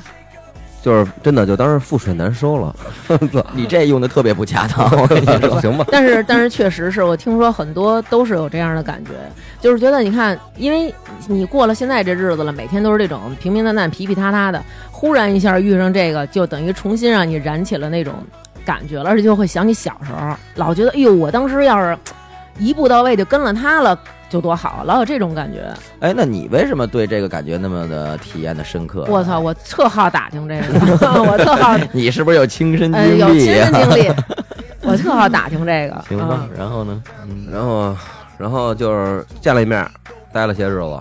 就是真的，就当时覆水难收了。
你这用的特别不恰当，我跟你说。
行吧，
但是但是确实是我听说很多都是有这样的感觉，就是觉得你看，因为你过了现在这日子了，每天都是这种平平淡淡、皮皮塌塌的，忽然一下遇上这个，就等于重新让你燃起了那种感觉了，而且就会想起小时候，老觉得哎呦，我当时要是一步到位就跟了他了，就多好，老有这种感觉。
哎，那你为什么对这个感觉那么的体验的深刻？
我操，！我特好打听这个， 我特好，
你是不是有亲身
呃，
经历、啊？
有亲身经历， 我特好打听这个。
行吧
嗯，
然后呢？嗯，
然后然后就是见了一面，待了些日子，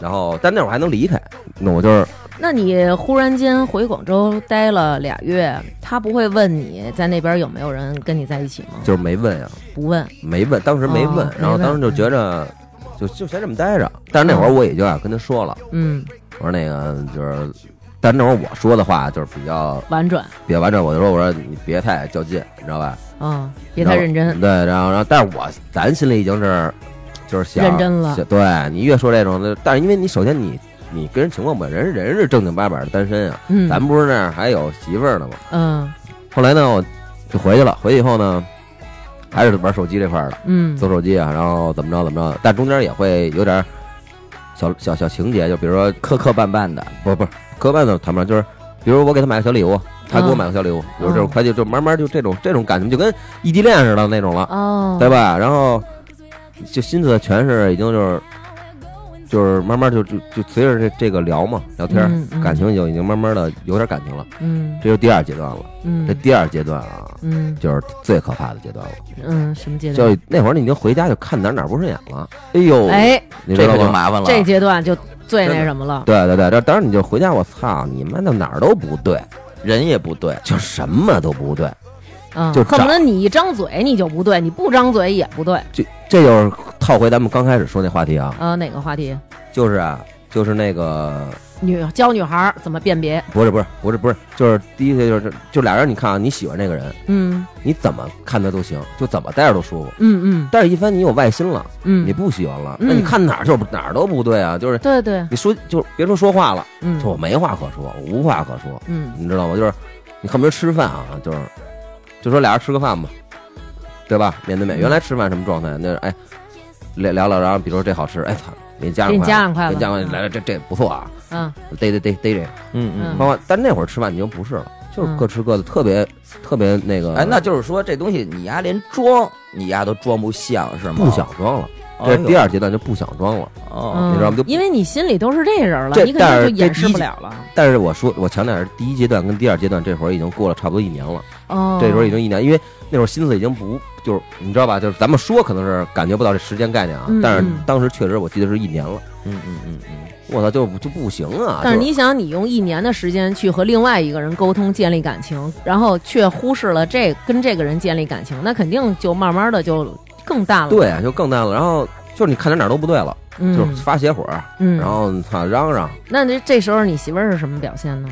然后但那会儿还能离开，那我就是
那你忽然间回广州待了俩月，他不会问你在那边有没有人跟你在一起吗？
就是没问啊，
不问，
没问，当时没问，
哦
然后
没问
当时就觉着就就先这么待着，但是那会儿我也就要跟他说了，
嗯，
我说那个就是。但那会儿我说的话就是比较
婉转，
比较婉转，我就说我说你别太较劲，你知道吧？
嗯，别太认
然后
真，
对，然后然后，但是我咱心里已经是就是想
认真了
想对你越说这种的，但是因为你首先你你跟人情况不一样，人人是正经八百的单身啊，
嗯，
咱不是那样还有媳妇儿呢嘛。
嗯
后来呢，我就回去了，回去以后呢，还是玩手机这块儿的，
嗯
做手机啊，然后怎么着怎么着，但中间也会有点儿小小小情节，就比如说
磕磕绊绊的，
不不是磕绊的谈不上，就是比如我给他买个小礼物，他给我买个小礼物，比如这种快递，就慢慢就这种这种感情，就跟异地恋似的那种了。
哦，
对吧？然后就心思全是已经就是就是慢慢就就就随着这这个聊嘛聊天儿，
嗯嗯
感情就已经慢慢的有点感情了，
嗯
这就第二阶段了。这
嗯
第二阶段啊，
嗯
就是最可怕的阶段了。
嗯，什么阶段？
就那会儿你已经回家就看哪儿哪儿不顺眼了，哎呦，
哎，
你知
这
道
可就
吗？
麻烦了。啊
这阶段就最
真的
那什么了，
对对对，这当然你就回家，我操，你妈的哪儿都不对，
人也不对，
就什么都不对，
嗯，
就
恨不
找
得你一张嘴你就不对，你不张嘴也不对。
这这就是套回咱们刚开始说那话题啊，
呃，哪个话题？
就是啊，就是那个
女教女孩儿怎么辨别？
不是不是不是不是，就是第一个就是就俩人，你看啊，你喜欢这个人，
嗯
你怎么看他都行，就怎么待着都舒服。
嗯嗯
但是，一番你有外心了，
嗯，
你不喜欢了，
嗯
那你看哪儿就哪儿都不对啊，就是
对对，
你说就别说说话了，
嗯
说我没话可说，我无话可说，
嗯
你知道吗？就是你恨不得吃饭啊，就是就说俩人吃个饭吧，对吧？面对面，原来吃饭什么状态？那哎聊聊聊，然后比如说这好吃，哎操，给你加
给你
上筷
加上筷
子，
子
给你加上筷
嗯
子，来来这这不错啊，
嗯
逮逮逮逮这个。
嗯
嗯
包括，但那会儿吃饭你就不是了，就是各吃各的，特别特别那个。
哎，那就是说这东西你丫连装，你丫都装不像是吗？
不想，装了，
哎
这
呦
第二阶段就不想装了。
哦，
嗯
你知道吗就
因为你心里都是这人了，
这
你肯
但
定
是
就掩
这
饰
第一
不了了。
但是我说，我强调是第一阶段跟第二阶段，这会儿已经过了差不多一年了，
哦，
这时候已经一年，因为那会儿心思已经不就是你知道吧，就是咱们说可能是感觉不到这时间概念啊
嗯，
但是
嗯
当时确实我记得是一年了，
嗯嗯嗯嗯，
我操就就不行啊！
但是
就
你想，你用一年的时间去和另外一个人沟通、建立感情，然后却忽视了这跟这个人建立感情，那肯定就慢慢的就更淡了。，
对就更淡了，然后就是你看哪哪都不对了，
嗯，
就是发邪火，
嗯，
然后操嚷嚷
那这这时候你媳妇儿是什么表现呢？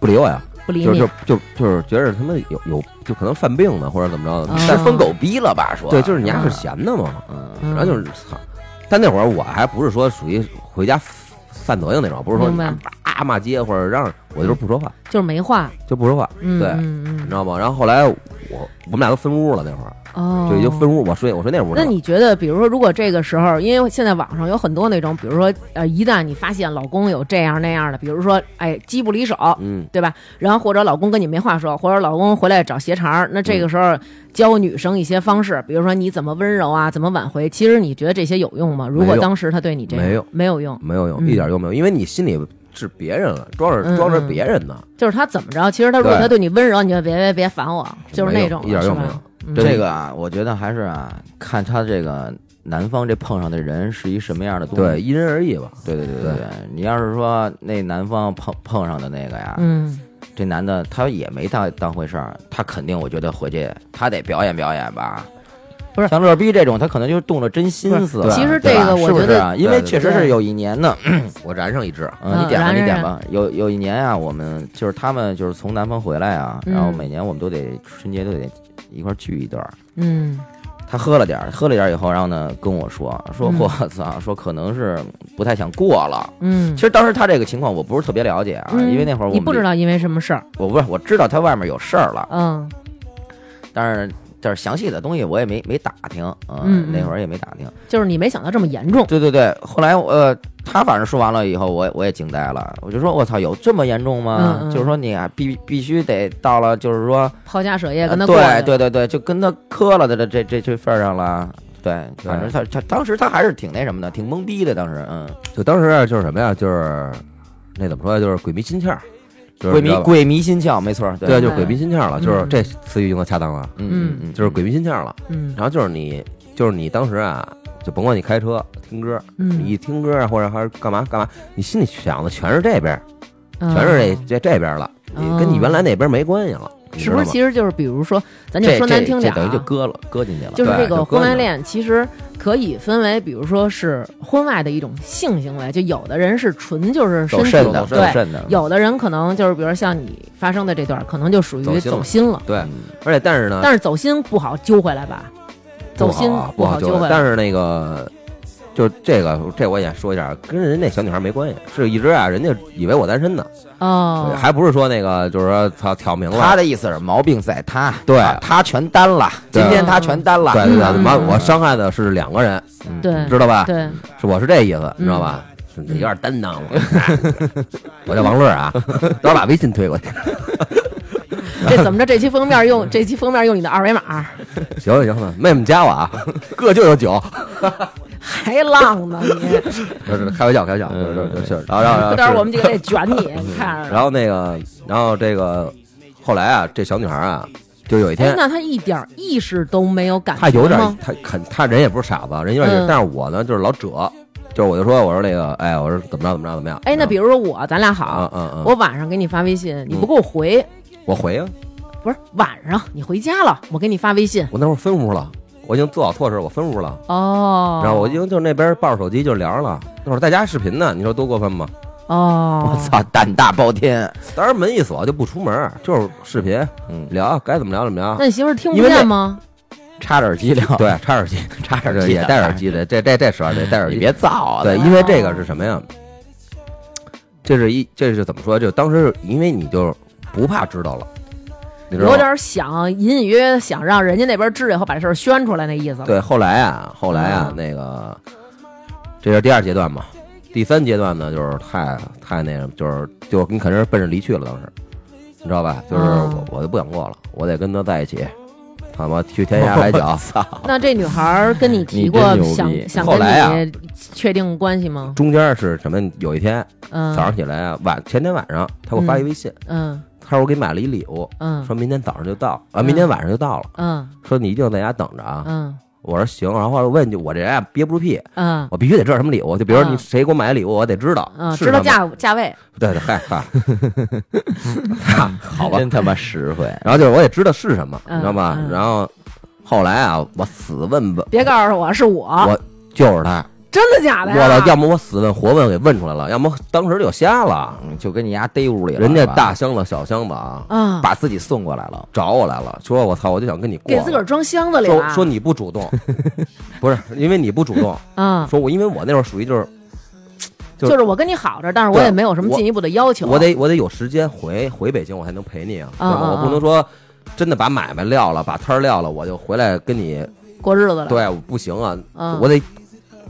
不理我呀，
不理
就
你
是，就就是觉着他妈有有就可能犯病呢或者怎么着的
啊，
是疯狗逼了吧？说
嗯对，就是你还是
吧
闲的嘛，
嗯，
然
然后就是操。但那会儿我还不是说属于回家犯德行那种，不是说
明白
啊骂街或者嚷，我就是不说话，
嗯就是没话，
就不说话，
嗯，
对
嗯
你
嗯
知，道吗？然后后来我我们俩都分屋了，那会儿
哦，
就已经分屋，我睡我睡那屋去
那
了。
你觉得，比如说，如果这个时候，因为现在网上有很多那种，比如说，呃，一旦你发现老公有这样那样的，比如说，哎，机不离手，
嗯，
对吧？然后或者老公跟你没话说，或者老公回来找鞋茬儿，那这个时候教女生一些方式，比如说你怎么温柔啊，怎么挽回。其实你觉得这些有用吗？如
没
果
用
当时他对你这样，
没有
没有用，
没有用，
嗯
一点用没有，因为你心里治别人了，装着装着别人呢，
就是他怎么着，其实他如果
对
他对你温柔，你就别别别烦我，就是
没
那
有
种
一点
是
用没
吧？嗯
有。真
这
的
个啊，我觉得还是啊，看他这个男方这碰上的人是一什么样的东西。
对，因人而异吧。
对对对对对，你要是说那男方碰碰上的那个呀，
嗯，
这男的他也没当当回事儿，他肯定我觉得回去他得表演表演吧。
不是
像乐逼这种，他可能就动了真心思了。
不是
其实
对吧
这个我
是不
觉
是
得
啊因为
对对
确实
对
是有一年呢，
我燃上一支，
嗯，
嗯
你点吧，
然
你
然
点
然
吧。有有一年啊，我们就是他们就是从南方回来啊，然后
嗯
每年我们都得春节都得一块儿聚一顿儿。
嗯，
他喝了点儿，喝了点儿以后，然后呢跟我说说，
嗯
我操， 说可能是不太想过了。
嗯
其，实当时他这个情况我不是特别了解啊，
嗯
因为那会儿我
你
们
不知，道因为什么事儿，
我不是我知道他外面有事儿了，
嗯
但是但是详细的东西我也没没打听，嗯，
嗯嗯
那会儿也没打听。
就是你没想到这么严重，
对对对，后来呃，他反正说完了以后，我也我也惊呆了，我就说我操，有这么严重吗？
嗯嗯
就是说你啊，必必须得到了，就是说，
抛家舍业跟
呃
他过去了
对对对对，就跟他磕了的这这这这份儿上了。啊对，
对
反正他他当时他还是挺那什么的，挺懵逼的。当时，嗯，
就当时啊就是什么呀，就是那怎么说呀，就是鬼迷心窍，就是
鬼
你
迷
知道吧
鬼迷心窍，没错儿，对
对，
对，
就是鬼迷心窍了，就是
嗯
这词语用的恰当了，
嗯
嗯
嗯嗯，
就是鬼迷心窍了。
嗯
然后就是你，就是你当时啊，就甭管你开车听歌，你
嗯，
一听歌啊，或者还是干嘛干嘛，你心里想的全是这边，
全
全是这这这边了，你跟你原来那边没关系了，你知
啊嗯是
道
不
吗
是？？其实就是比如说，咱就
这
说难听点
这
儿
等于就
啊，
搁了，搁进去了。
就是
对
这个
就
婚
搁
外
那
恋，其实可以分为，比如说是婚外的一种性行为，就有的人是纯就是身
走
体
肾的，走
对，
肾的，
有的人可能就是，比如像你发生的这段儿，可能就属于
走心了
走心了，
对，而且但是呢，
但是走心不好揪回来吧？走心
嗯不好啊不
好
揪
回来。
但是那个，就是这个，这我也说一下，跟人家小女孩没关系，是一直啊，人家以为我单身呢，
哦，
还不是说那个，就是说操挑明
他
了，
的意思是毛病在他，
对
啊他全担了，今
对
天他全担了，
对对对，
嗯
妈，
嗯
我伤害的是两个人，
嗯
对
知道吧？
对，嗯
是我是这意思，你知道吧？是你有点担当了，我叫王乐啊，等我把微信推过去。
这怎么着？这期封面用这期封面用你的二维码，
行了行了，妹妹加我啊，各就有酒，
还浪呢你！
不是开玩笑开玩笑，
嗯
就是啊就是，然后
到
然后
时
然
候我
后
们几个得卷 你，你看
是
着。
然后那个然后这个后来啊，这小女孩啊，就有一
哎
天，。
那他一点儿意识都没有感觉
他有点
吗，
他肯他人也不是傻子，人有点，
嗯
但是我呢就是老褶，就是我就说我说那个，哎，我说怎么着怎么着怎么样？
哎，那比
如
如说我，咱俩
啊
好，
啊啊，
我晚上给你发微信，你不给我回，
我回啊，
不是晚上你回家了，我给你发微信。
我那会儿分屋了，我已经做好措施，我分屋了，
哦，
然后我已经就那边抱着手机就聊了，那会儿在家视频呢，你说多过分吗？
哦，
我操，胆大包天，
当然门一锁就不出门，就是视频
嗯，
聊，该怎么聊怎么聊
那。你媳妇儿听不
因为那
见吗？
插着耳机聊，
对，插耳机，
插着
这
耳机
也戴耳，机的，这这这时候得戴耳
你
机，
别造啊，。
对，因为这个是什么呀？这是一，这是怎么说？就当时因为你就不怕知道了，你知道
有
吗？
点想隐隐约约想让人家那边知道以后把这事儿宣出来那意思了。
对，后来啊，后来啊，
嗯
那个这是第二阶段嘛，第三阶段呢，就是太太那什么，就是就你肯定是奔着离去了，当时你知道吧？就是
哦
我我就不想过了，我得跟他在一起，他妈去天涯海角
操，
那这女孩儿跟
哎
你提过
你真牛
想
逼
想
后
跟
来啊
你确定关系吗？
中间是什么？有一天
嗯，
早上起来啊，晚前天晚上他给我发一微信，
嗯
他说我给你买了一礼物，
嗯
说明天早上就到，啊，
嗯
明天晚上就到了，
嗯
说你一定在家等着啊。
嗯
我说行，然后我问你，我这人啊憋不住屁，
嗯
我必须得知道什么礼物，就比如说你
嗯
谁给我买的礼物，我得知道，
嗯，
是
知道
什么
价价位，
对对，嗨嗨，
好吧，真他妈实惠，
然后就是我也知道是什么，
嗯
你知道吧？
嗯
然后后来啊，我死问吧，
别告诉我是我，
我就是他，
真的假
我
的呀？
操，要么我死问活问给问出来了，要么当时就瞎了。
嗯就跟你丫逮屋里了，
人家
是吧
大箱子小箱子啊，
啊，
把自己送过来了，
找我来了，说我操，我就想跟你过
给
了，
自个儿装箱子里
说
了，
说你不主动， 不是因为你不主动，
嗯，
说我因为我那会儿属于就是就
就是我跟你好着，但是我
对
也没有什么
我
进一步的要求，
我得我得有时间回回北京，我才能陪你啊，对吧？
嗯嗯
我不能说真的把买卖撂了，把摊儿撂了，我就回来跟你
过日子了，
对，我不行啊，
嗯
我得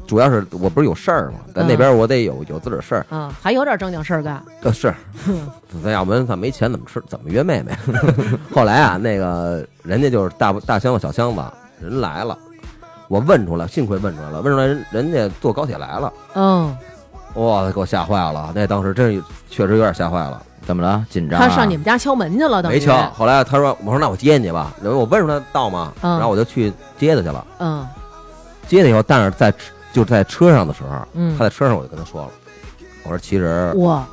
主要是我不是有事儿嘛，在那边我得有有自个儿事儿，
嗯，还有点正经事儿干，
呃是，
嗯
咱要不然咱没钱怎么吃怎么约妹妹？ 后来啊，那个人家就是大大箱子小箱子，人来了，我问出来，幸亏问出来了，问出来人人家坐高铁来了，
嗯
哇，给我吓坏了！那当时真确实有点吓坏了，
怎么了？紧张、啊？
他上你们家敲门去了，等于
没敲。后来他说：“我说那我接你吧。”然后我问出他到吗？
嗯
然后我就去接他去了。
嗯
接他以后，但是在就是在车上的时候，
嗯
他在车上我就跟他说了，我说其实
哇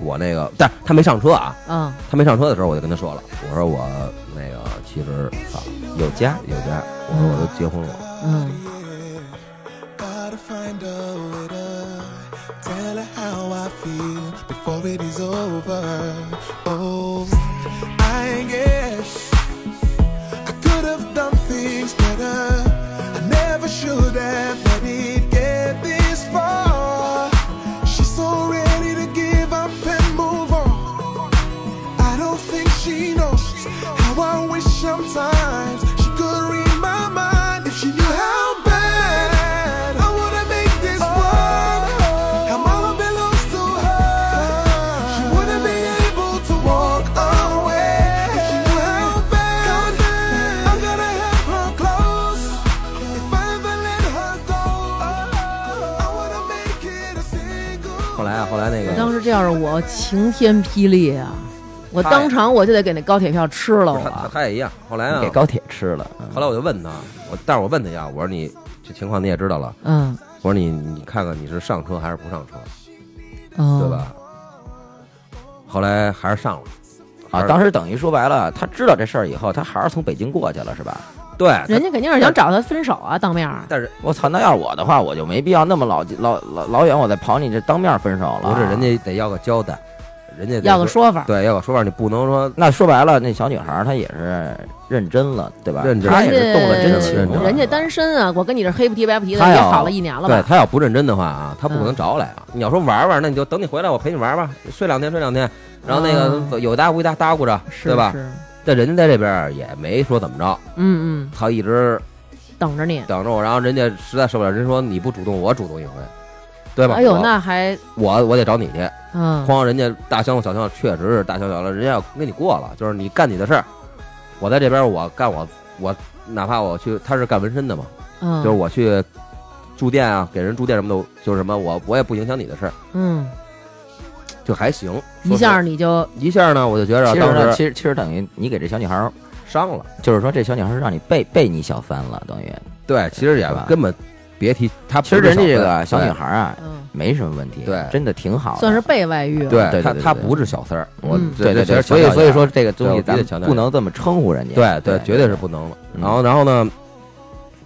我那个，但是他没上车啊，
嗯
他没上车的时候我就跟他说了，我说我那个其实啊
有家，
有家，我说我都结婚了。
嗯，
Gotta find a way to tell her how I feel before it is over. Oh, I guess I could have done things better. I never should have let it get this far. She's so ready to give up and move on. I don't think she knows how I wish sometimes she could read my mind if she knew how bad I wanna make this work. How mama belongs to her. She wouldn't be able to walk away if she knew how bad I gotta have her close. If I ever let her go, I wanna make it a single.
后来啊，后来那个
当时这要是我晴天霹雳啊，我
他
当场我就得给那高铁票吃了
他他
我。
他也一样。后来呢
给，高铁吃了。嗯
后来我就问他，我但是我问他一下，我说你这情况你也知道了，
嗯
我说你你看看你是上车还是不上车，
嗯，
对？吧？后来还是上了。
啊，当时等于说白了，他知道这事儿以后，他还是从北京过去了，是吧？
对，
人家肯定是想找他分手啊，当面儿。
但是
我操，那要是我的话，我就没必要那么老老老老远，我再跑你这当面分手了。
不是人，家得要个交代，人家得
要个说法，
对，要个说法，你不能说
那说白了，那小女孩儿她也是认真了，对吧？
认真
她
人
也是动了
家
真情啊
认
了
真
人家单身啊，我跟你这黑不提白不提的，
他要
也好了一年了
对
吧？嗯
他要不认真的话啊，他不可能找我来啊。你要说玩玩，那你就等你回来，我陪你玩吧，睡两天睡两天，然后那个
嗯
有搭无搭搭咕着，
是
对吧
是？
但人家在这边儿也没说怎么着，
嗯
他一直
嗯，等着你。
等着我，然后人家实在受不了，人说你不主动，我主动一回，对吧？
哎呦，
我
那还
我我得找你去。
嗯
哐，人家大箱子小箱子确实是大箱小了，人家要跟你过了，就是你干你的事儿，我在这边我干我我，哪怕我去，他是干纹身的嘛，
嗯，
就是我去住店啊，给人住店什么的，就是什么我我也不影响你的事儿，
嗯，
就还行。
一下你就
一下呢，我就觉着
其实呢，
当时
啊其实其实等于你给这小女孩儿，
伤了，
就是说这小女孩儿是让你被被你小翻了，等于。
对，其实也
是吧
根本别提他不
其
是
实
小分。
人家这个小女
对
孩儿啊，
嗯，
没什么问题，
对
真的挺好的，
算是被外遇了。
对对
对他
对
他
对
不是小三儿，我
嗯
对对
这这
对，所以
强调一
所以
下
说这个东
对
西
我必须
咱
得
们
强调
不
一下
能这么称呼人家，
对
对嗯
对，，绝对是不能了。然后然后呢，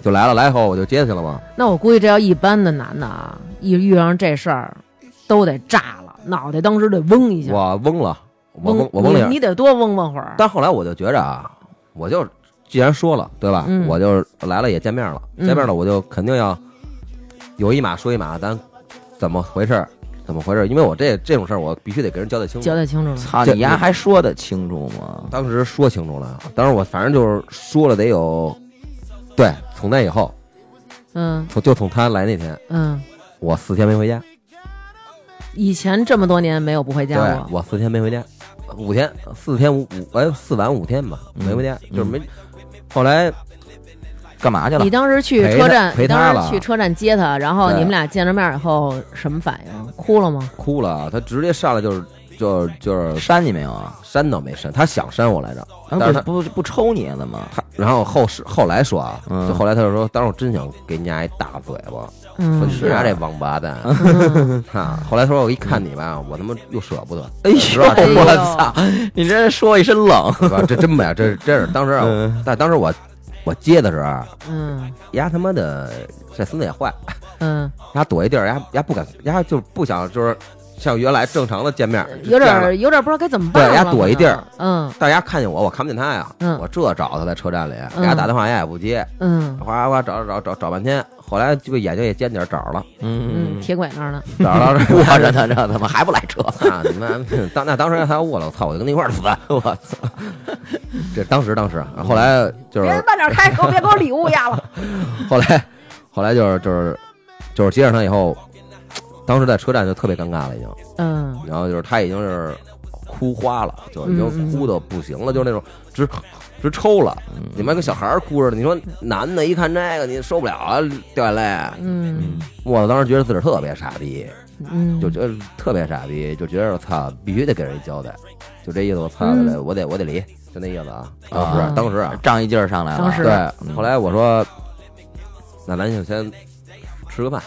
就来了，来以后我就接他去了嘛。
那我估计这要一般的男的啊，一遇上这事儿，都得炸了，脑袋当时得嗡一下，
我嗡了，我
嗡
嗡我嗡了一下
你，你得多嗡嗡会儿。
但后来我就觉着啊，我就既然说了，对吧？
嗯
我就来了也见面了，
嗯
见面了我就肯定要有一码说一码，咱怎么回事儿？怎么回事儿？因为我这这种事儿，我必须得给人交代清楚
交。代清楚了，
操
这
你丫还说得清楚吗？
当时说清楚了，当时我反正就是说了得有，对，从那以后，
嗯
从就从他来那天，
嗯，
我四天没回家，
以前这么多年没有不回
对
家过，
我四天没回家，五天四天五五哎四晚五天吧，
嗯
没回家，就是
嗯
没。后来
干嘛去了
你？当时去
陪
车
他
站，
陪
你
他
当
了
时去车站接他，然后
对
你们俩见着面以后什么反应？哭了吗？
哭了，啊他直接上来就是就是就是
删你没有啊？
删倒没删，他想删我来着，但
当时
是他
啊不不抽你了吗？
他，然后后是后来说啊，
嗯
就后来他就说，当时我真想给你丫一大嘴巴，说
嗯
你丫这王八蛋， 哈。后来他说我一看你吧，我他妈又舍不得，
哎
是
呦，
吧 这
我操！你这说一身冷，
是吧？这真没有，这这是当时啊
嗯，
但当时我我接的时候啊，
嗯
丫他妈的这孙子也坏，
嗯，
丫躲一地儿，丫丫不敢，丫就不想就是像原来正常的见面，
有
这
点
样的
儿有点儿不知道该怎么办了。
对丫躲一地儿
可能，
大家看见我，我看不见他呀。
嗯
我这找他在车站里，给
嗯
他打电话，人家也不接，
嗯
哗哗哗找找找找半天，后来这个眼睛也尖点儿找着了，
嗯嗯， 铁轨那儿呢，
找着了。
握着呢，这怎么还不来车？
啊！你们当那当时他我了，我操！我就跟他一块儿死，我操！这当时当时，后来就是
慢点开，给我别给我礼物压了。
后来后来就是就是就是接上他以后，当时在车站就特别尴尬了，已经。
嗯
然后就是他已经是哭花了，就已经哭的不行了，就是那种直直抽了。
嗯
你们跟小孩儿哭似的，你说男的一看这个，你受不了啊，掉眼泪。
嗯
我当时觉得自个儿特别傻逼，
嗯，
就觉得特别傻逼，就觉得我操，必须得给人一交代，就这意思。我操，我
嗯
得我得我得离，就那意思啊。 当
啊
时当时啊，
仗义劲儿上来了。
当时是
对，后来我说，那咱就先吃个饭，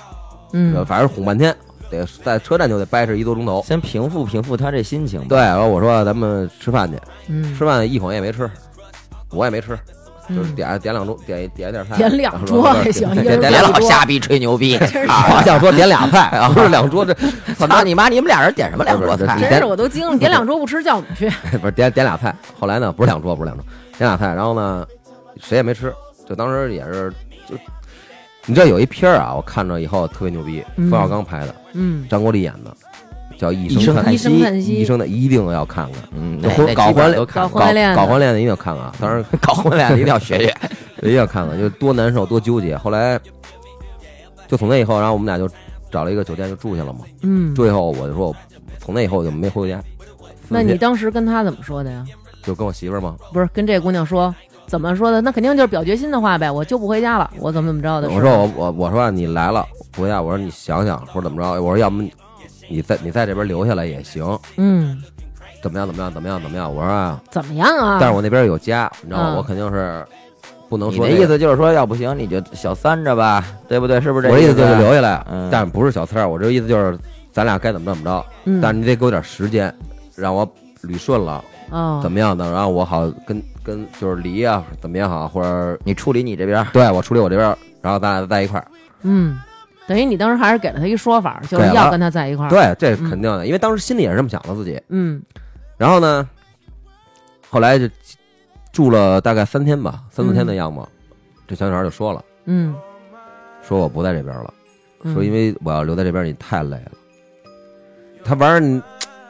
嗯
反正哄半天，得在车站就得掰扯一多钟头。
先平复平复他这心情吧。
对，然后我说咱们吃饭去，
嗯
吃饭一口也没吃，我也没吃，就是
嗯
点点两桌，点点点菜，啊
点两桌还行一人
点
别
点
点俩
老瞎逼吹牛逼，啊
我想说点俩菜啊，不 是两桌这，操
操你妈！你们俩人点什么两桌
不是
菜？
这
真是我都惊了，点两桌不吃叫我们去，
不是点点俩菜，后来呢不是两桌不是两桌，点俩菜，然后呢谁也没吃，就当时也是就，你知道有一片儿啊，我看着以后特别牛逼，
嗯
冯小刚拍的，
嗯
张国立演的，叫《一
一
生
生
叹
叹
息一生叹息
一生的一定要看看，
嗯，
就
那
婚
那
搞
基本都
婚恋
看
搞
了
婚恋的
搞婚恋的一定要看啊，当然
搞婚恋的一定要学学。
一定要看看，就多难受多纠结。后来就从那以后，然后我们俩就找了一个酒店就住下了嘛。
嗯。
住以后我就说，我从那以后就没回过家。
那你当时跟他怎么说的呀？
就跟我媳妇儿嘛，
不是跟这姑娘说怎么说的？那肯定就是表决心的话呗，我就不回家了，我怎么怎么着的。
我说我我我说你来了不回家，我说你想想或者怎么着，我说要么你在你在这边留下来也行，
嗯，
怎么样怎么样怎么样怎么样，我说啊，
怎么样啊？
但是我那边有家，你知道吗
嗯
我肯定是不能
你
说
的
那个
意思就是说，要不行你就小三着吧，对不对？是不是这
我的意思就是
思
留下来，
嗯
但不是小三儿，我这意思就是咱俩该怎么着怎么着，
嗯
但是你得给我点时间，让我捋顺了，
哦，
怎么样的，然后我好跟跟就是离啊，怎么样好，或者
你处理你这边儿，
对我处理我这边儿，然后咱俩在一块儿。
嗯，等于你当时还是给了他一说法，就是
给了
要跟他在一块儿。，
啊对，这肯定的，因为当时心里也是这么想的自己。
嗯
然后呢，后来就住了大概三天吧，三四天的样子，这小女孩就说了，
嗯，
说我不在这边了，
嗯
说因为我要留在这边你太累了。她玩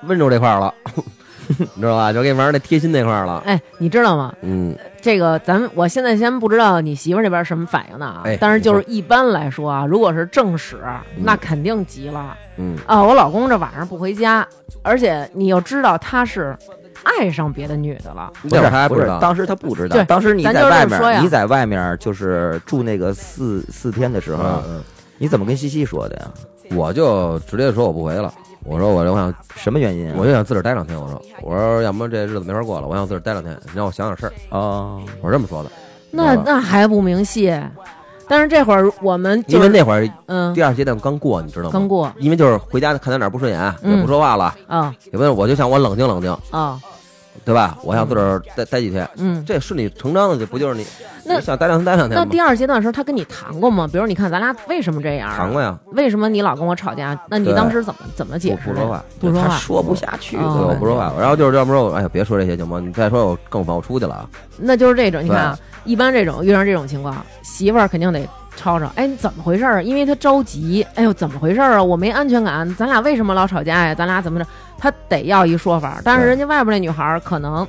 温州这块儿了， 你知道吧？就给你玩那贴心那块儿了。
哎，你知道吗？
嗯，
这个咱们我现在先不知道你媳妇儿这边什么反应呢啊
哎，
但是就是一般来说啊，如果是正史，那肯定急了。
嗯
啊，我老公这晚上不回家，而且你又知道他是爱上别的女的了，
那会儿她还
不
知
是
道，
当时他不知道
对，
当时你
咱
在
就这么
外
说呀
面，你在外面就是住那个四四天的时候
嗯，嗯，
你怎么跟西西说的呀？
我就直接说我不回了。我说我这我想
什么原因啊？
我就想自个儿待两天。我说我说要么这日子没法过了，我想自个儿待两天，你让我想想事儿。
哦，
我是这么说的，
那
对吧
那还不明细？但是这会儿我们
因
就
为
是
那会儿
嗯
第二阶段刚过，你知道吗？
刚过
因为就是回家看他哪儿不顺眼，
嗯
也不说话了，
啊
也不，我就想我冷静冷静，
啊
对吧？我想自个儿待待几天，
嗯，
这顺理成章的，这不就是你
那
你想待两天待两
那
天
第
吗？
二阶段的时候，他跟你谈过吗？比如你看咱俩为什么这样啊？
谈过呀，
为什么你老跟我吵架？那你
对
当时怎么怎么解释？
不不说话，
不说
他
话。
说不下去，
哦
对，
怎么
我不说话。然后就是要不说，哎呀，别说这些行吗？你再说我更烦，我出去了啊。
那就是这种，你看啊，一般这种遇上这种情况，媳妇儿肯定得吵吵。哎，你怎么回事儿啊？因为她着急。哎呦，怎么回事儿啊？我没安全感，咱俩为什么老吵架呀？咱俩怎么着？她得要一说法儿。但是
对
人家外边那女孩儿可能。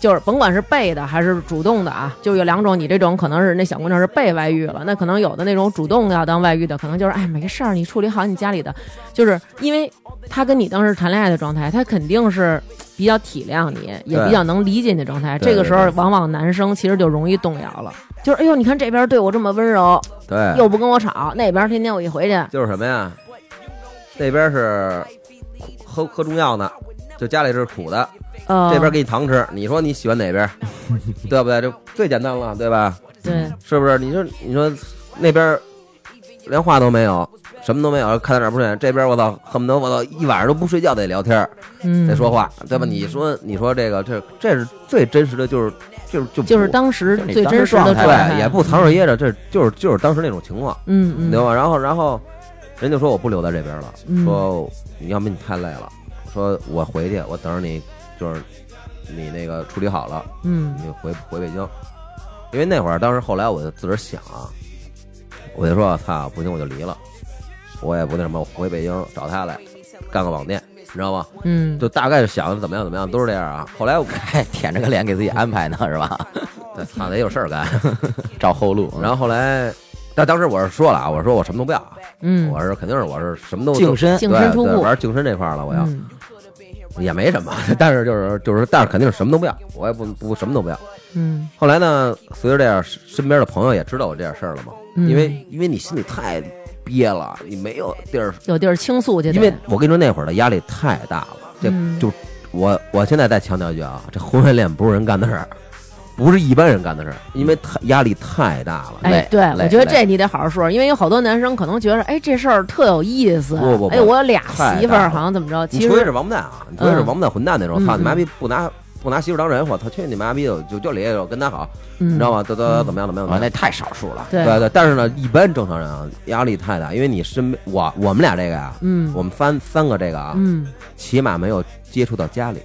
就是甭管是背的还是主动的啊，就有两种。你这种可能是那小姑娘是被外遇了，那可能有的那种主动的要当外遇的，可能就是哎没事儿，你处理好你家里的。就是因为她跟你当时谈恋爱的状态，她肯定是比较体谅你，也
对
比较能理解你的状态。
对
这个
对
时候
对
往往男生其实就容易动摇了，就是哎呦，你看这边对我这么温柔，
对，
又不跟我吵，那边天天我一回去，
就是什么呀？那边是苦喝喝中药呢，就家里是苦的，
呃，
这边给你糖吃，你说你喜欢哪边？对不对？这最简单了，对吧？
对，
是不是？你说你说那边连话都没有，什么都没有，看到哪儿不顺眼，这边我操，恨不得我操一晚上都不睡觉得聊天儿，
嗯，
得说话，对吧？你说你说这个这这是最真实的，就是就是就
就是
不
当时
就是你
最
当
真
时
实的
状态
状态，
哎对，也不藏着掖着，这就是就是当时那种情况，
嗯
你
嗯
知道吧？然后然后人就说我不留在这边了，
嗯
说你要不你太累了，说我回去，我等着你就是你那个处理好了。
嗯
你回回北京，因为那会儿当时后来我就自个儿想啊，我就说操，不行我就离了，我也不那什么，我回北京找他来干个网店，你知道吗？
嗯，
就大概是想着怎么样怎么样，都是这样啊。后来我
还舔着个脸给自己安排呢，是吧？
操得有事儿干，
找后路，
然后后来，但当时我是说了啊，我说我什么都不要啊，
嗯
我是肯定是我是什么都
净身
净身出户
对对玩净身这块儿了，我要。
嗯
也没什么， 但是就是就是，但是肯定是什么都不要，我也不不什么都不要。
嗯
后来呢，随着这样，身边的朋友也知道我这点事儿了嘛，
嗯
因为因为你心里太憋了，你没有地儿
有地儿倾诉去得，
因为我跟你说那会儿的压力太大了，这、
嗯
就我我现在再强调一句啊，这婚外恋不是人干的事儿，不是一般人干的事儿，因为太压力太大了。
哎
累，
对，
累
我觉得
累
这你得好好说，因为有好多男生可能觉得，哎，这事儿特有意思。
不不不
哎，我有俩
太
媳妇
大
儿，
了
好像怎么着？
你
其
除非是
实
王八蛋啊，你除非是
嗯
王八蛋混蛋那种，操、你
嗯
妈逼不拿不拿媳妇当人，我操，去你妈逼的就就离了，跟他好，你知道吗？得得得怎么样怎么样？怎么
啊，
样
那太少数了。
嗯对
对对，但是呢，一般正常人啊，压力太大，因为你身边我我们俩这个呀、
嗯
我们三三个这个啊，
嗯
起码没有接触到家里。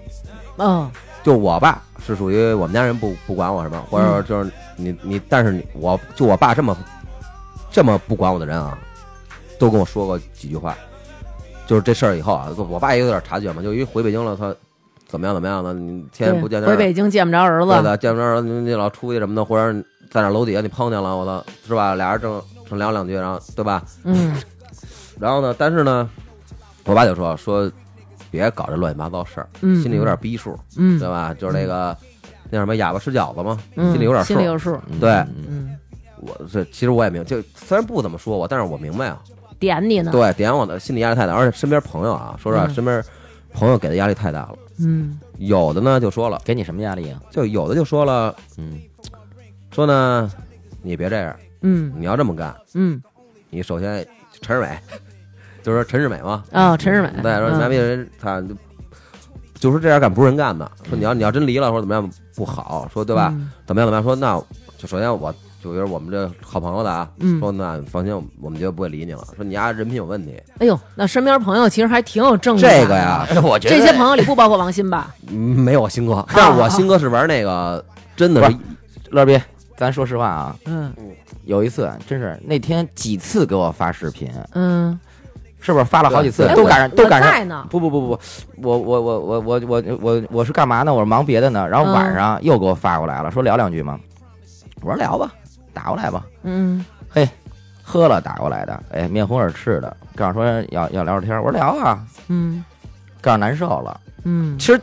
哦，
就我爸是属于我们家人不不管我什么，或者说就是你你，但是你我就我爸这么这么不管我的人啊，都跟我说过几句话，就是这事儿以后啊，我爸也有点察觉嘛，就因为回北京了，他怎么样怎么样的，你天天不见
对
面儿，
回北京见不着儿
对
子，
的，见面儿你你老出去什么的，或者在哪楼底下你碰见了，我操，是吧？俩人正正聊两句，然后对吧？
嗯
然后呢，但是呢，我爸就说说别搞这乱七八糟事儿，
嗯
心里有点逼数，
嗯
对吧？就是那个那什么哑巴吃饺子嘛，
嗯，
心里有点数
心里。有数，
嗯
对
嗯，
我这其实我也明，就虽然不怎么说我，但是我明白啊，
点你呢，
对，点我的心理压力太大，而且身边朋友啊，说实话，
嗯
身边朋友给的压力太大了。
嗯
有的呢就说了，
给你什么压力 啊？
就有的就说了，
嗯，
说呢，你别这样，
嗯
你要这么干，
嗯，
你首先陈世美， 就说陈世美嘛，
哦，陈世美，
对，说你妈逼
嗯
人，他就就说这样干不是人干的，说你要你要真离了，说怎么样不好，说对吧？
嗯
怎么样怎么样？说那就首先我就觉得我们这好朋友的啊，
嗯
说那放心，我们绝对不会理你了。说你丫人品有问题，
哎呦，那身边朋友其实还挺有正义感
这个呀，
哎，我觉
的，这些朋友里不包括王鑫 吧？
嗯没有我鑫哥，但是我鑫哥是玩那个真的是
乐斌，咱说实话啊，
嗯
有一次真是那天几次给我发视频，
嗯，
是不是发了好几次
对？
都
哎
赶上，
我
都赶
我在
上。
呢，
不不不不，我我我我我我我我是干嘛呢？我是忙别的呢。然后晚
嗯
上又给我发过来了，说聊两句嘛。我说聊吧，打过来吧。
嗯
嘿，喝了打过来的，哎，面红耳赤的，告诉说要要聊会儿天儿，我说聊啊，
嗯
告诉难受了。
嗯
其实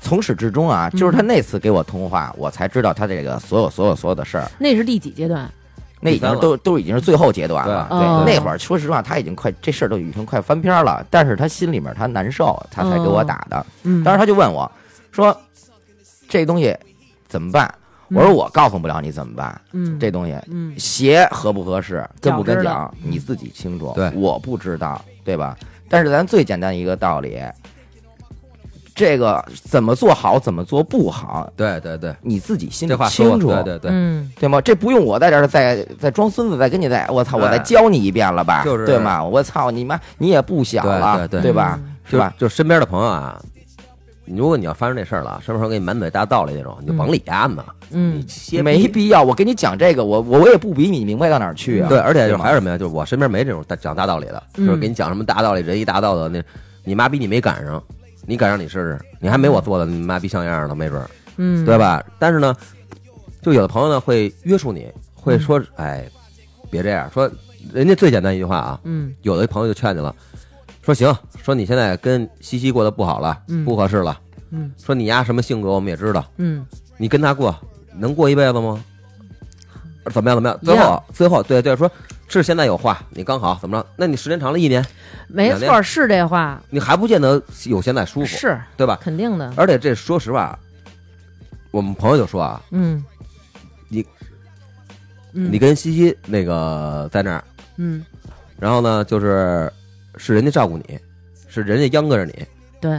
从始至终啊，就是
嗯
他那次给我通话，我才知道他这个所有所有所有的事儿，
那是第几阶段？
那已
第三
经
了
都都已经是最后阶段了。
对
哦
那会儿说实话，他已经快这事儿都已经快翻篇儿了，但是他心里面他难受，他才给
哦
我打的。
嗯，
当时他就问我说：“这东西怎么办？”我说：“
嗯
我告诉不了你怎么办，
嗯
这东西
嗯
鞋合不合适，跟不跟
脚知
脚
道，
你自己清楚。
对
我不知道，对吧？但是咱最简单一个道理，这个怎么做好，怎么做不好，
对对对，
你自己心里
这话说
清楚，
对对对，
嗯
对吗？这不用我在这儿再再装孙子，再跟你再我操，我再
对
教你一遍了吧？
就是
对吗？我操你妈，你也不小了，
对对对
吧？
嗯
是
就
吧？
就身边的朋友啊。如果你要发生这事儿了，身边朋友给你满嘴大道理那种，你就甭理他们，
嗯
歇
没必要，我跟你讲这个，我我也不比你明白到哪儿去啊。
对，而且就是
吗嗯
还有什么呀？就是我身边没这种大讲大道理的，就是给你讲什么大道理、仁义大道的那，你妈逼你没赶上，你赶上你试试，你还没
嗯
我做的你妈逼像样呢，没准儿，
嗯，
对吧？但是呢，就有的朋友呢会约束你，
嗯
会说，哎，别这样，说人家最简单一句话啊，
嗯
有的朋友就劝你了，说行，说你现在跟西西过得不好了，
嗯
不合适了，
嗯
说你丫什么性格我们也知道，
嗯
你跟他过能过一辈子吗？怎么样？怎么样？
一
最
样
后，最后，对对，说是现在有话，你刚好怎么着？那你时间长了，一年，
没
两
错，是这话，
你还不见得有现在舒服，
是
对吧？
肯定的。
而且这说实话，我们朋友就说啊，
嗯，
你
嗯
你跟西西那个在那儿，
嗯，
然后呢，就是是人家照顾你，是人家秧歌着你，啊
对，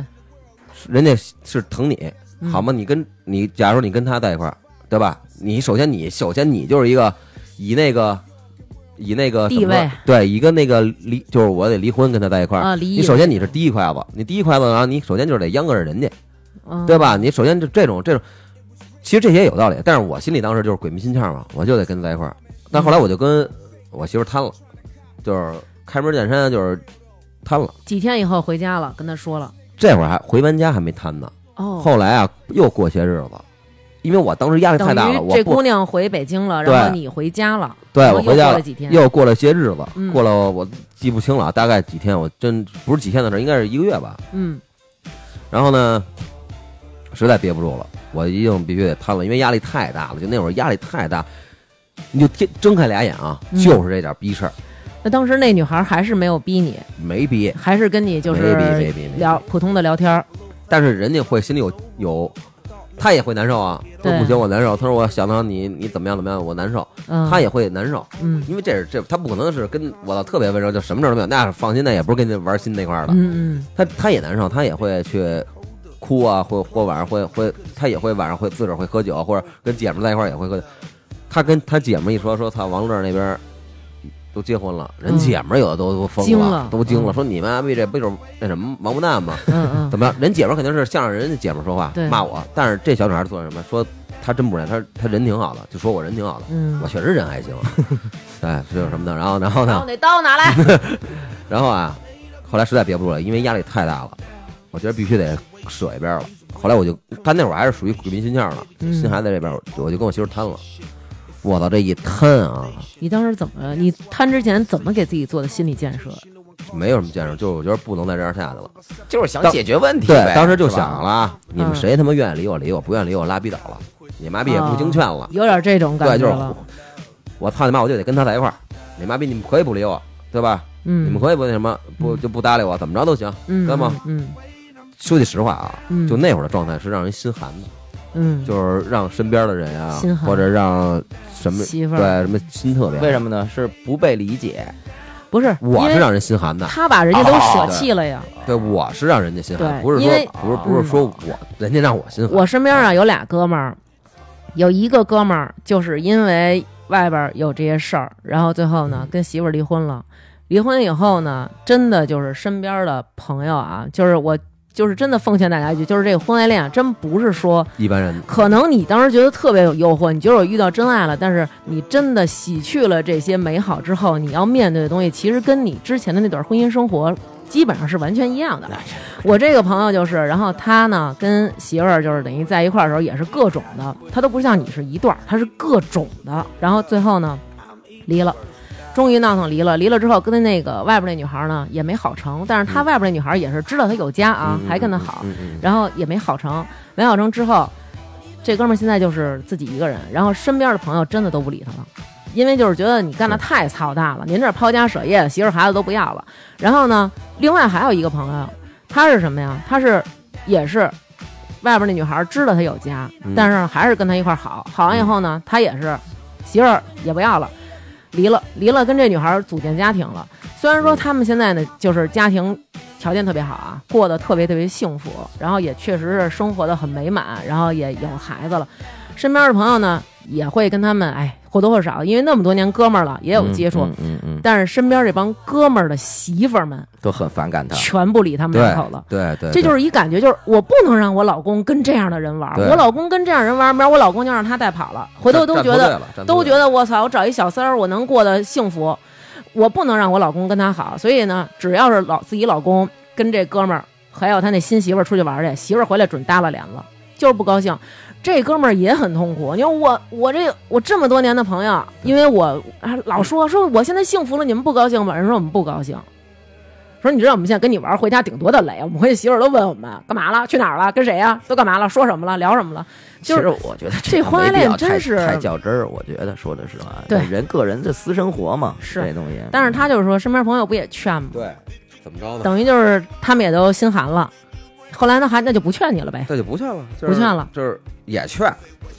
是人家是疼你，
嗯
好吗？你跟你，假如说你跟他在一块儿，对吧？你首先你首先你就是一个以那个以那个
地
怎么说
位
对一个那个离就是我得离婚跟他在一块儿
啊离异
你首先你是第一筷子，你第一筷子，然后你首先就是得秧歌着人家，
嗯
对？吧？你首先就这种这种，其实这些有道理，但是我心里当时就是鬼迷心窍嘛，我就得跟他在一块儿。但后来我就跟我媳妇儿摊了，就是开门见山，就是摊了。
几天以后回家了，跟他说了。
这会儿还回完家还没摊呢，
哦，
后来啊又过些日子，因为我当时压力
等
太大了，
于
我
这姑
不
娘回北京了，
对
然后你回家了，
对
然后
我
又
回家
过
了
了几天，
又过了些日子，
嗯
过了我记不清了，大概几天，我真不是几天的事儿，应该是一个月吧。
嗯
然后呢，实在憋不住了，我一定必须得攀了，因为压力太大了。就那会儿压力太大，你就天睁开俩眼啊，
嗯
就是这点逼事儿，
那当时那女孩还是没有逼你，
没逼。
还是跟你就
没
是
逼没逼没逼
聊普通的聊天儿。
但是人家会心里有有，他也会难受啊。说
对
不行，我难受。他说我想到你，你怎么样怎么样，我难受。
嗯，
他也会难受，
嗯
因为这是这他不可能是跟我特别温柔，就什么事儿都没有。那放心，那也不是跟你玩心那块儿的。
嗯
他他也难受，他也会去哭啊，或或晚上会会，他也会晚上会自个儿会喝酒，或者跟姐们在一块儿也会喝酒。他跟他姐们一说，说操，王乐那边儿都结婚了，人
嗯
姐们儿有的都都疯
惊了
都惊了，
嗯
说你妈逼这不就是那什么王八蛋吗？
嗯嗯嗯，
怎么样？人姐们儿肯定是向着人家姐们儿说话
对
骂我，但是这小女孩做什么？说她真不是，她她人挺好的，就说我人挺好的，
嗯
我确实人还行，哎，这有什么的？然后然后呢
把我？那刀拿来。
然后啊，后来实在憋不住了，因为压力太大了，我觉得必须得舍一边了。后来我就，但那会儿还是属于鬼迷心窍呢，
嗯
心还在这边，我就跟我媳妇摊了。我操，这一摊啊，
你当时怎么？你摊之前怎么给自己做的心理建设？
没有什么建设，就是我觉得不能再这样下去了。
就是想
当
解决问题
对
呗，
当时就是
吧
想了，啊你们谁他妈愿意理我理我，不愿意理我拉逼倒了，你妈逼也不经劝了
啊。有点这种
对，
感
就
觉
是
了。
我操你妈，我就得跟他在一块儿。你妈逼，你们可以不理我，对吧？
嗯，
你们可以不那什么，不就不搭理我，怎么着都行，
嗯，
对吗？
嗯
说句实话啊，
嗯
就那会儿的状态是让人心寒的。
嗯，
就是让身边的人啊
心，寒
或者让什么
媳妇儿
对什么心特别，
为什么呢？是不被理解，
不是，
我是
因为
让人心寒的？
他把人家都舍弃了呀。
对，我是让人家心寒，
对
不是
因
说
为
不是不是说我人家让我心寒，
我身边啊有俩哥们儿，有一个哥们儿就是因为外边儿有这些事儿，然后最后呢跟媳妇儿离婚了。离婚以后呢，真的就是身边的朋友啊，就是我就是真的奉劝大家一句，就是这个婚外恋啊，真不是说
一般人
可能你当时觉得特别有诱惑，你觉得我遇到真爱了，但是你真的洗去了这些美好之后，你要面对的东西，其实跟你之前的那段婚姻生活基本上是完全一样的。我这个朋友就是，然后他呢跟媳妇儿就是等于在一块儿的时候也是各种的，他都不像你是一段儿，他是各种的，然后最后呢离了。终于闹腾离了，离了之后跟那个外边那女孩呢也没好成，但是他外边那女孩也是知道他有家啊，还跟他好，
嗯嗯嗯
然后也没好成，没好成之后，这哥们儿现在就是自己一个人，然后身边的朋友真的都不理他了，因为就是觉得你干的太操蛋了，您这抛家舍业，媳妇儿孩子都不要了。然后呢，另外还有一个朋友，他是什么呀？他是也是外边那女孩知道他有家，
嗯
但是还是跟他一块儿好，好完以
嗯
后呢，他也是媳妇儿也不要了，离了，离了，跟这女孩组建家庭了。虽然说他们现在呢，就是家庭条件特别好啊，过得特别特别幸福，然后也确实是生活的很美满，然后也有孩子了。身边的朋友呢，也会跟他们哎或多或少，因为那么多年哥们儿了，也有接触。
嗯嗯嗯嗯，
但是身边这帮哥们儿的媳妇儿们
都很反感他。
全不理他们两口子。
对啊对，
这就是是一感觉，就是我不能让我老公跟这样的人玩儿，
对
我老公跟这样人玩儿，明儿我老公就让他带跑了，回头都觉得都觉得我操，我找一小三儿，我能过得幸福，我不能让我老公跟他好，所以呢，只要是老自己老公跟这哥们儿还有他那新媳妇儿出去玩儿去，媳妇儿回来准耷拉脸了，就是不高兴。这哥们儿也很痛苦。你说我我这我这么多年的朋友，因为我啊老说说我现在幸福了，你们不高兴吗？人说我们不高兴。说你知道我们现在跟你玩儿回家顶多的累，我们回去媳妇儿都问我们干嘛了，去哪儿了，跟谁呀、都干嘛了，说什么了，聊什么了，
其
就是
实我觉得
这
个
婚外
没必
恋
要
真
太
是
太较真儿，我觉得说的是话，
对
人个人的私生活嘛，
是
这东西。
但是他就是说身边朋友不也劝吗？
对，怎么着呢？
等于就是他们也都心寒了。后来那还那就不劝你了呗。
这就不劝了，就是
不劝了，
就是也劝，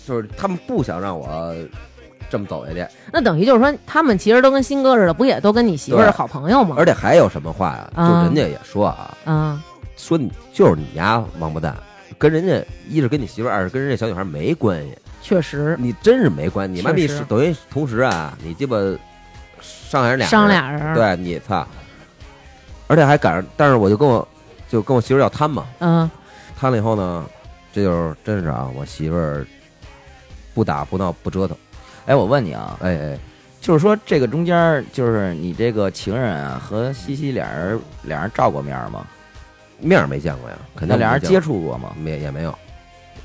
就是他们不想让我这么走下去，
那等于就是说他们其实都跟新哥似的，不也都跟你媳妇儿是好朋友吗
而？且还有什么话呀？就
啊
人家也说啊，
嗯，
说你就是你丫王八蛋，跟人家一是跟你媳妇儿，二是跟人家小女孩没关系。
确实
你真是没关系，你妈逼
确实
是等于同时啊，你鸡巴上海人俩人
伤俩人儿。
对你操，而且还赶上，但是我就跟我就跟我媳妇儿要摊嘛，
嗯
摊了以后呢，这就是真是啊，我媳妇儿不打不闹不折腾，
哎，我问你啊，
哎哎，
就是说这个中间儿，就是你这个情人啊和西西俩人俩人照过面儿吗？
面儿没见过呀，肯
那
定
俩人
没
接
见
触过吗
过？没也没有，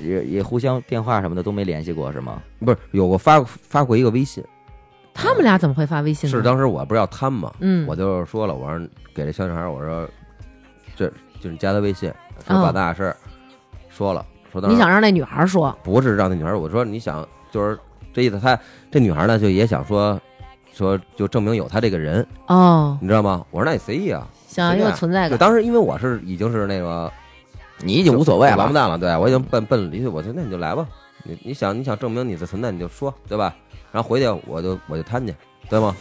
也也互相电话什么的都没联系过是吗？
不是有过发发过一个微信，
他们俩怎么会发微信呢？
是当时我不是要摊嘛，
嗯
我就是说了，我说给这小女孩儿，我说这就是你加她微信，说把
嗯
咱俩事儿说了，说到
你想让那女孩说，
不是让那女孩儿，我说你想就是这意思，她这女孩儿呢就也想说说就证明有她这个人，
哦，
你知道吗？我说那你随意啊，
想要一个存在
就
感，
当时因为我是已经是那个
你已经无所谓
王八
了。
蛋了，对我已经奔奔离去，我说那你就来吧，你你想你想证明你的存在你就说对吧？然后回去我就我就摊去，对吗？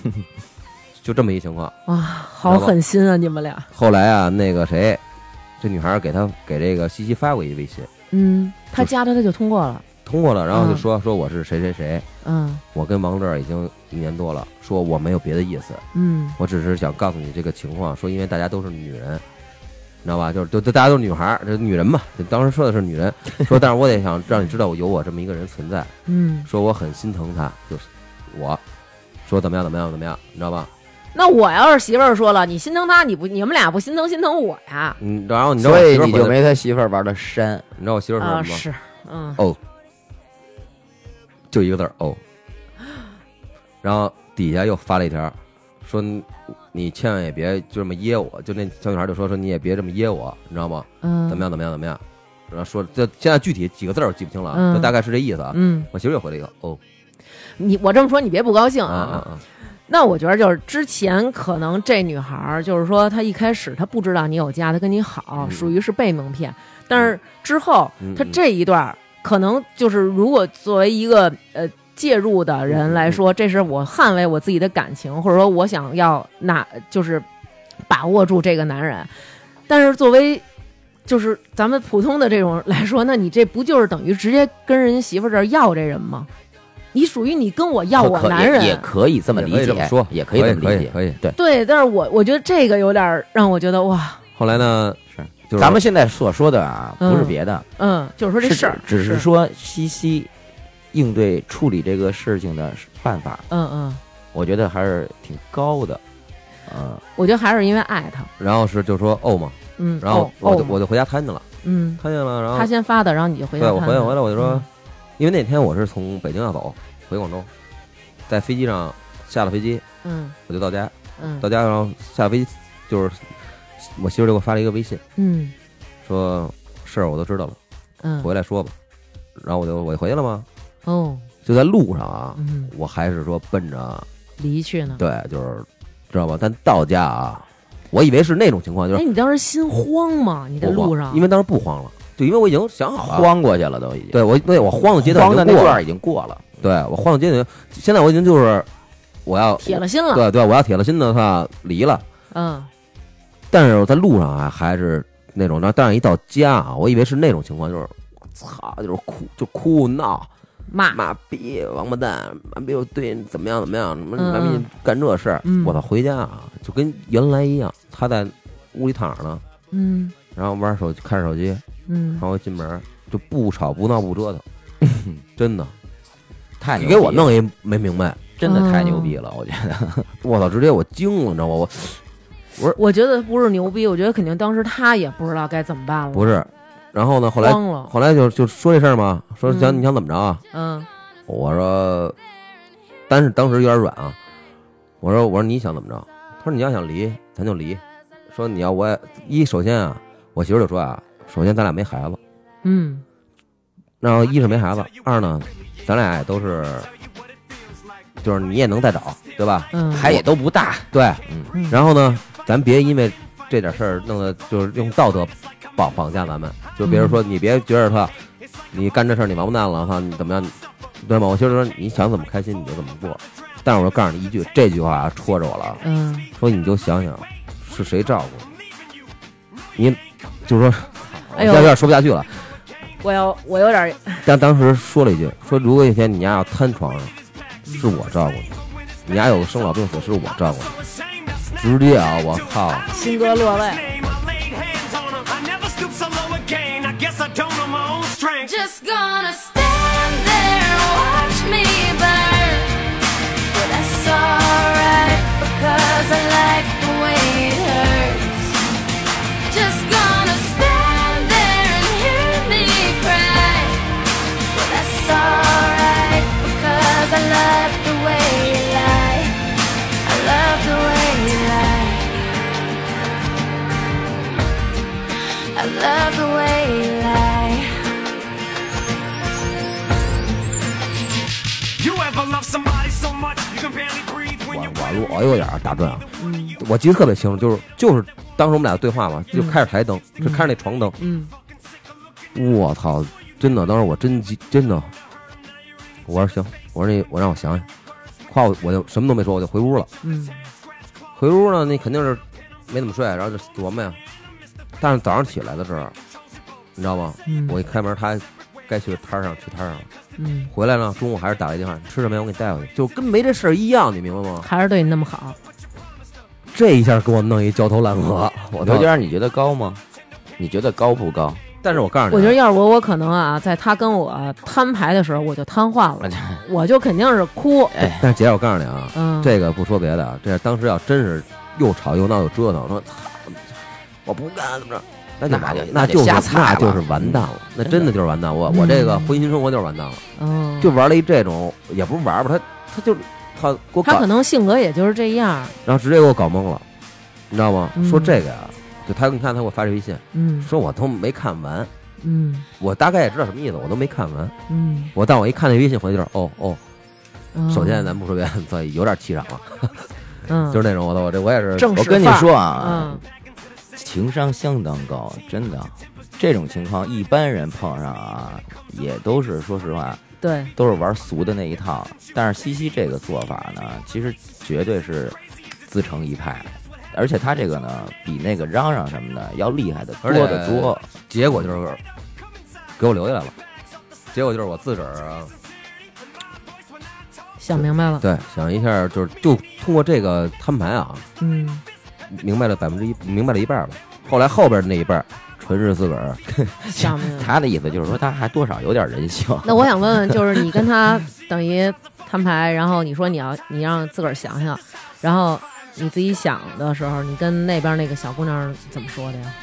就这么一情况。
哇，好狠心啊，你们俩，
后来啊，那个谁，这女孩儿给他给这个西西发过一微信，
嗯，他
就是
加他他就通过了，
通过了，然后就
嗯
说、说我是谁谁谁，
嗯
我跟王乐已经一年多了，说我没有别的意思，
嗯
我只是想告诉你这个情况，说因为大家都是女人，你知道吧？就是就就大家都是女孩儿，这女人嘛，就当时说的是女 人，说但是我得想让你知道我有我这么一个人存在，
嗯，
说我很心疼她，就是我说怎么样怎么样怎么样，你知道吧？
那我要是媳妇儿说了，你心疼他，你不你们俩不心疼心疼我呀？
嗯，然后你知道我
所
媳
以
妇儿
你
回
就
来，
没他媳妇儿玩的深，
你知道我媳妇儿说
啊，
什么吗？
是，嗯
就一个字儿哦。然后底下又发了一条，说你你千万也别就这么噎我，就那小女孩就说说你也别这么噎我，你知道吗？
嗯，
怎么样怎么样怎么样？然后说这现在具体几个字儿我记不清了啊，
嗯
就大概是这意思啊。
嗯，
我媳妇儿又回了一个哦
你我这么说你别不高兴
嗯
啊啊啊，
那我觉得就是之前可能这女孩儿就是说她一开始她不知道你有家，她跟你好，
嗯
属于是被蒙骗。但是之后
嗯
她这一段儿可能就是如果作为一个呃介入的人来说，这是我捍卫我自己的感情，或者说我想要拿就是把握住这个男人。但是作为就是咱们普通的这种来说，那你这不就是等于直接跟人家媳妇儿这儿要这人吗？你属于你跟我要
可
我
可
男
也
人啊
也可以这么理
也可以
解，
这么说
也可以这么
可
理
以
解。
可以。
对，但是我我觉得这个有点儿让我觉得哇，
后来呢，
是
就是
咱们现在所说的啊，
嗯
不是别的，
嗯，就是说这
是
事儿，
只只是说西西应对处理这个事情的办法，
嗯嗯，
我觉得还是挺高的。嗯，
我觉得还是因为爱他，
然后是就说哦嘛，
嗯，
然后
哦
我就
哦
我就回家摊去了，
嗯，
摊去了，然
他
后
先发的，然后你就回去
对
看
我
看，
回来回来我就说
嗯，
因为那天我是从北京要走回广州，在飞机上下了飞机
嗯
我就到家，
嗯
到家然后下飞机就是我媳妇儿就给我发了一个微信，
嗯
说事儿我都知道了，
嗯，
回来说吧。然后我就我就回去了嘛，
哦，
就在路上啊，
嗯，
我还是说奔着
离去呢，
对，就是知道吧？但到家啊，我以为是那种情况，就
哎，
是
你当时心慌吗？你在
不慌
路上，啊哦
因为当时不慌了，就因为我已经想好了。
慌过去了都已经。
啊对我，对我慌的阶段
慌
已
的
经
那
过
段
了，
已经过了。
对我慌的阶段已经，现在我已经就是我要
铁了心了，
对对，我要铁了心的话离了。
嗯
但是我在路上啊，还是那种，但是一到家啊，我以为是那种情况，就是我操，就是哭就哭闹，
骂，
妈逼王八蛋，妈逼我对你怎么样怎么样，什么
嗯
妈逼干这事儿
嗯，
我操，回家啊就跟原来一样，他在屋里躺着呢，
嗯
然后玩手机看手机，
嗯
然，后进门就不吵不闹不折腾， 真的，
太
哎
你
牛
给
逼
我
了
弄一没明白，
真的太
嗯
牛逼了，我觉得。
我操，直接我惊了，你知道吗？我
我觉得不是牛逼，我觉得肯定当时他也不知道该怎么办了，
不
是，
是，然后呢，后来
慌了，
后来就就说这事儿嘛，说想
嗯
你想怎么着啊？
嗯
我说，但是当时有点软啊。我说，我说你想怎么着？他说你要想离，咱就离。说你要我也一首先啊，我媳妇就说啊，首先咱俩没孩子，
嗯
然后一是没孩子，二呢，咱俩也都是，就是你也能再找，对吧？
嗯，
孩也都不大，
对，
嗯
然后呢，咱别因为这点事儿弄得就是用道德绑绑架咱们，就别
嗯
人说你别觉着他，你干这事儿你王八蛋了，哈，你怎么样，对吗？我就是说你想怎么开心你就怎么做，但是我就告诉你一句，这句话啊戳着我了，
嗯
说你就想想是谁照顾你，你就是说，我
哎
现
呦
在有点说不下去了。
我要我有点儿
但当时说了一句，说如果有一天你丫要瘫床上，是我照顾你，你丫有生老病死是我照顾你，直接啊，我操！
新歌落泪。
Just gonna stand there and watch me burn. But that's alright because I like the way it hurts. Just gonna stand there and hear me cry. But that's alright because I love the way you lie. I love the way you lie. I love the
never loved somebody so much you can barely breathe when
我我
you
路哎呦有点打转啊，我记得特别清楚，就是就是当时我们俩对话嘛，就开着台灯，就开着那床灯，
嗯，
我操，真的，当时我真急，真的，我说行，我说那我让我想想，夸我我就什么都没说，我就回屋了，
嗯
回屋呢，那肯定是没怎么睡，然后就琢磨呀，但是早上起来的时候，你知道吗？
嗯
我一开门，他该去摊儿上去摊儿上了，
嗯，
回来呢，中午还是打了一电话，你吃什么呀？我给你带回去，就跟没这事儿一样，你明白吗？
还是对你那么好，
这一下给我弄一焦头烂额，
我
我就
刘
觉得，
娟，你觉得高吗？你觉得高不高？
但是我告诉你啊，
我觉得要是我，我可能啊，在他跟我摊牌的时候，我就瘫痪了，我就肯定是哭，
但是姐，我告诉你啊，
嗯，
这个不说别的啊，这当时要真是又吵又闹又折腾，说操，我不干怎么着，那
那
就
就
那
那
就
就是瞎踩
那
了
就是完蛋了，那真的就是完蛋。我我
嗯
这个婚姻生活就是完蛋了，
嗯，
就玩了一这种，也不是玩吧，他他就是他给我搞
他，可能性格也就是这样，
然后直接给我搞懵了，你知道吗？
嗯
说这个呀，就他你看他给我发这微信，
嗯
说我都没看完，
嗯
我大概也知道什么意思，我都没看完。
嗯，
我但我一看那微信，回去就是哦哦，
嗯
首先咱不说别的，所以有点气场了，
嗯
就是那种我我这我也是
正
我
式
跟你
范儿
说啊，
嗯
情商相当高，真的。这种情况一般人碰上啊，也都是说实话，
对，
都是玩俗的那一套。但是西西这个做法呢，其实绝对是自成一派，而且他这个呢，比那个嚷嚷什么的要厉害的多
而且
得多。
结果就是给我留下来了。结果就是我自个儿啊
想明白了，
对想一下，就是就通过这个摊牌啊，
嗯
明白了百分之一，明白了一半儿吧。后来后边那一半儿，纯是自个儿。
想明白了。
他的意思就是说，他还多少有点人性。
那我想问问，就是你跟他等于摊牌，然后你说你要你让自个儿想想，然后你自己想的时候，你跟那边那个小姑娘怎么说的呀？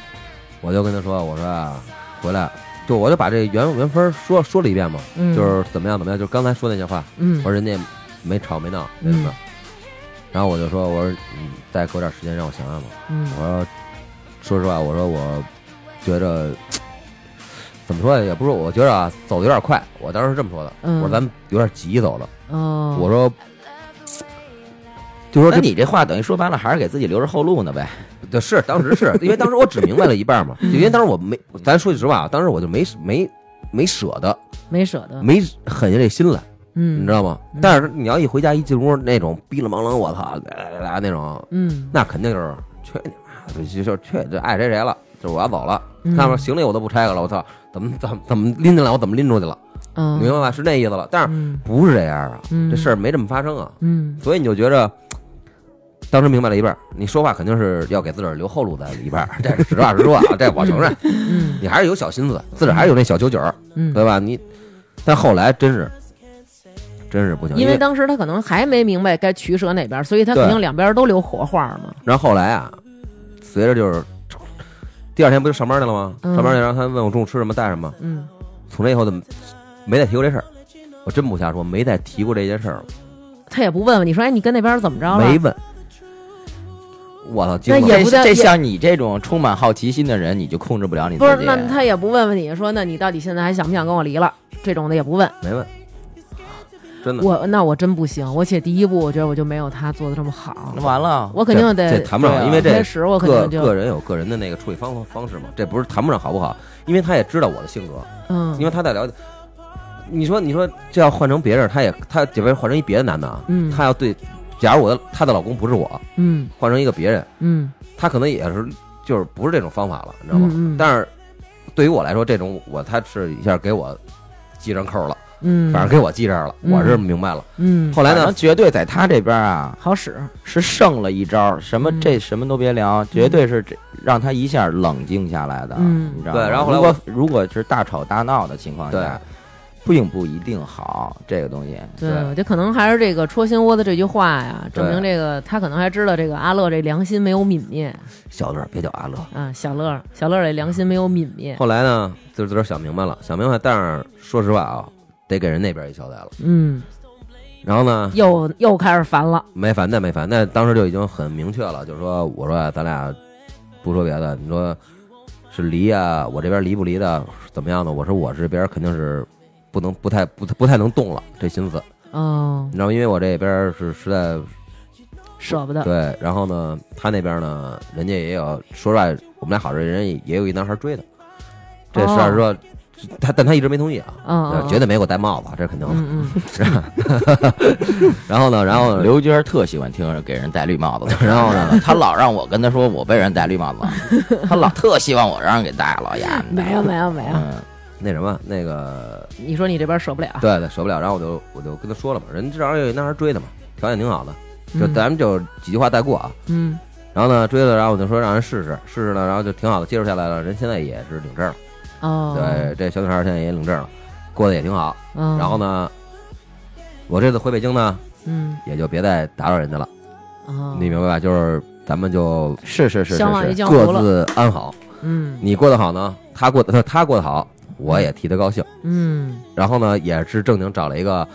我就跟他说，我说啊，回来就我就把这原原分说说了一遍嘛，
嗯
就是怎么样怎么样，就是刚才说那些话，
嗯
我说人家没吵没闹没什么。然后我就说，我说你再给我点时间让我想想吧。
嗯
我说，说实话，我说我觉着怎么说呀也不是，我觉着啊走的有点快。我当时是这么说的，
嗯
我说咱们有点急走了。
哦，
我说，就说
那
这
你这话等于说白了，还是给自己留着后路呢呗。
对是当时是因为当时我只明白了一 半嘛，因为当时我没，咱说句实话啊，当时我就没没没舍得，
没舍得，
没狠下这心来，
嗯，
你知道吗？但是你要一回家一进屋那种逼了忙啷，我操，来来来那种，
嗯
那肯定就是去你妈的，就是去这爱谁谁了，就是我要走了，
嗯
那边行李我都不拆开了，我操，怎么怎么怎么拎进来，我怎么拎出去了，
嗯，
你明白吧？是那意思了，但是
嗯
不是这样啊，
嗯
这事儿没这么发生啊，
嗯
所以你就觉着。当时明白了一半儿，你说话肯定是要给自个儿留后路在里边儿，这是实话实说啊，这我承认，
嗯
你还是有小心思，自个儿还是有那小九九儿，
嗯，
对吧？你，但后来真是，真是不行，
因
因
为当时他可能还没明白该取舍哪边，所以他肯定两边都留活话嘛。
然后后来啊，随着就是第二天不就上班去了吗？
嗯
上班去，然后他问我中午吃什么带什么，
嗯
从那以后怎么没再提过这事儿？我真不瞎说，没再提过这件事儿，
他也不问问你说，哎，你跟那边怎么着了？
没问。我操，
那
惊了
也！不
这
在
这
也
像你这种充满好奇心的人，你就控制不了你自
不
己。
是，那他也不问问你说，那你到底现在还想不想跟我离了？这种的也不问。
没问，真的。
我那我真不行，我且第一步，我觉得我就没有他做的这么好
那，完了，
我肯定得
嗯这这谈不上，
对啊
因为这
开始我肯
个
定就
个人有个人的那个处理方方式嘛，这不是谈不上好不好，因为他也知道我的性格，
嗯，
因为他在了解。你说，你说这要换成别人，他也他，假如换成一别的男的啊，
嗯
他要对，假如我的他的老公不是我，
嗯
换成一个别人，
嗯
他可能也是就是不是这种方法了，你知道吗？
嗯嗯
但是对于我来说，这种我他是一下给我系上扣了，
嗯，
反正给我系这儿了，
嗯
我是明白了。
嗯
后来
反
呢
正，绝对在他这边啊，
好使，
是胜了一招，什么
嗯
这什么都别聊，绝对是这让他一下冷静下来的，
嗯
你知道吗？
对然后后来
如果如果是大吵大闹的情况
对
下，并不一定好，这个东西。
对，
对
我觉得可能还是这个戳心窝子这句话呀，
对
证明这个他可能还知道这个阿乐这良心没有泯灭
小乐别叫阿乐。
啊，小乐小乐这良心没有泯灭，
后来呢，就是自个儿想明白了，想明白，但是说实话啊，得给人那边一交代了。
嗯，
然后呢，
又又开始烦了，
没烦那没烦，那当时就已经很明确了，就是说，我说咱俩不说别的，你说是离啊，我这边离不离的，怎么样的？我说我这边肯定是不能不太不不太能动了这心思。
哦
你，知道吗，因为我这边儿是实在
舍不得，
对，然后呢，他那边呢，人家也有，说实话，我们俩好着，人家也有一男孩追的，这实话实
哦
说，他但他一直没同意啊，
嗯嗯嗯
绝对没给我戴帽子，这肯定的。
嗯 嗯，
然后呢，然后
刘娟儿特喜欢听人给人戴绿帽子的，
然后呢，
她老让我跟她说我被人戴绿帽子 了，她老特希望我让人给戴了呀。
没有没有没有，
嗯，
那什么那个，
你说你这边舍不了，
对对，舍不了，然后我就我就跟他说了嘛，人至少有一男孩追的嘛，条件挺好的，就
嗯
咱们就几句话带过啊。
嗯
然后呢，追了，然后我就说让人试试，试试呢，然后就挺好的，接触下来了，人现在也是领证了，
哦，
对，这小女孩现在也领证了，过得也挺好。
嗯，
然后呢，我这次回北京呢，
嗯，
也就别再打扰人家了，
哦
你明白吧？就是咱们就是
是是是
相忘于
是，
江湖
各
了，
自安好，
嗯
你过得好呢，他过得 他他过得好，我也替他高兴。
嗯，
然后呢，也是正经找了一个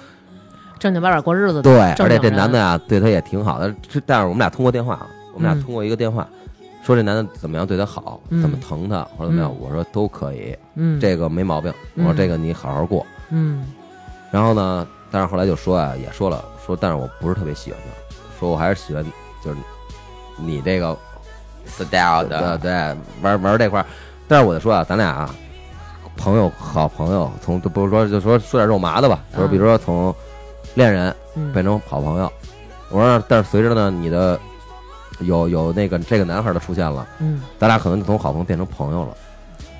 正经八百过日子的，
对，
正
而
经
且这
人
男的呀、对他也挺好的，这但是我们俩通过电话，啊，我们
嗯
俩通过一个电话。说这男的怎么样对他好，
嗯
怎么疼他，或者怎么样，
嗯
我说都可以，
嗯，
这个没毛病。我说这个你好好过。
嗯
然后呢，但是后来就说啊，也说了，说但是我不是特别喜欢他，说我还是喜欢就是你这个
style
对
的，
对，玩玩这块儿。但是我就说啊，咱俩啊，朋友好朋友，从不是说就说说点肉麻的吧，
嗯
就是比如说从恋人
嗯，
变成好朋友。我说，但是随着呢，你的有有那个这个男孩的出现了，
嗯
咱俩可能就从好朋友变成朋友了。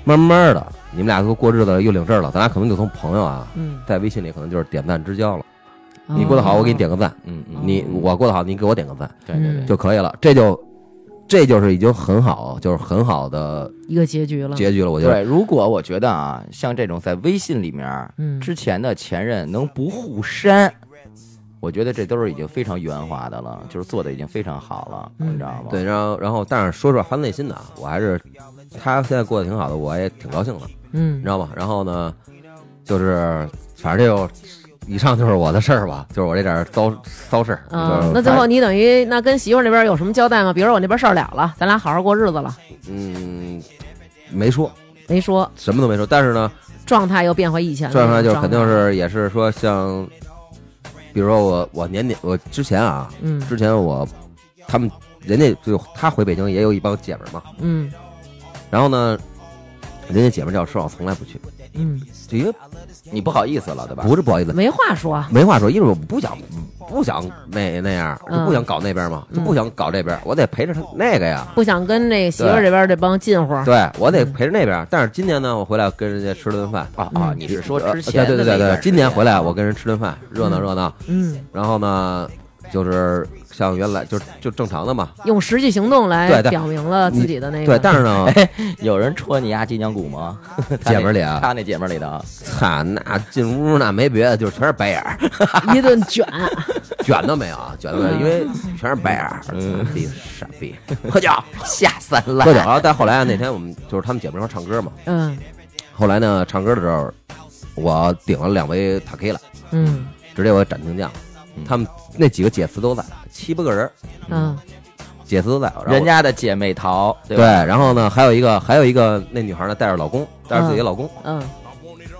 慢慢的，你们俩都过日子了又领证了，咱俩可能就从朋友啊，
嗯，
在微信里可能就是点赞之
哦
交了。你过得好，我给你点个赞；
嗯嗯，
你我过得好，你给我点个赞
对对
嗯
对，
就可以了。这就这就是已经很好，就是很好的
一个结局了，
结局了，我觉得。
对，如果我觉得啊，像这种在微信里面儿
嗯
之前的前任能不互删，我觉得这都是已经非常圆滑的了，就是做的已经非常好了，
嗯
你知道吗？
对，然后然后，但是说实话，发自内心的啊，我还是他现在过得挺好的，我也挺高兴的，你
嗯
知，道吗？然后呢，就是反正这就以上就是我的事儿吧，就是我这点儿糟糟事儿。就
啊
是，
那最
反
后你等于那跟媳妇儿那边有什么交代吗？比如说我那边事儿了了， 咱俩好好过日子了，
嗯没说
没说
什么都没说，但是呢，
状态又变回以前了，
转出来就是
状态
肯定是也是说像，比如说我我年年我之前啊，
嗯
之前我他们人家就他回北京也有一帮姐们儿嘛，
嗯
然后呢，人家姐们儿叫吃，我从来不去，
嗯，
就因为
你不好意思了，对吧？
不是不好意思，
没话说，
没话说，因为我不想不想那那样，
嗯
就不想搞那边嘛，就不想搞这边，我得陪着他那个呀，
不想跟那媳妇儿这边这帮近乎，
对我得
嗯
陪着那边。但是今年呢，我回来跟人家吃了顿饭。
啊啊，你是说
呃
之前
对
的
对
那
对对
段
对，
时
今年
间
回来我跟人吃顿饭，热闹热闹。
嗯，
然后呢，就是像原来就就正常的嘛，
用实际行动来
对对
表明了呃自己的那个
对。但是呢，
有人戳你丫脊梁骨吗？
姐们儿里啊
他那姐们儿里的啊，
操，那进屋那没别的，就是全是白眼儿，
一顿卷，
卷都没有啊，卷都没有，因为全是白眼儿，
嗯
傻逼傻逼，喝酒
下三滥
喝酒。然后但后来啊那天我们就是他们姐妹一块儿唱歌嘛，
嗯
后来呢唱歌的时候，我顶了两杯塔 K 了，
嗯
直接我斩钉降了。
嗯
他们那几个姐夫都在，七八个人儿，
嗯
姐夫都在，然后
人家的姐妹淘，对
对
吧？
然后呢还有一个还有一个那女孩呢带着老公，带着自己的老公，
嗯，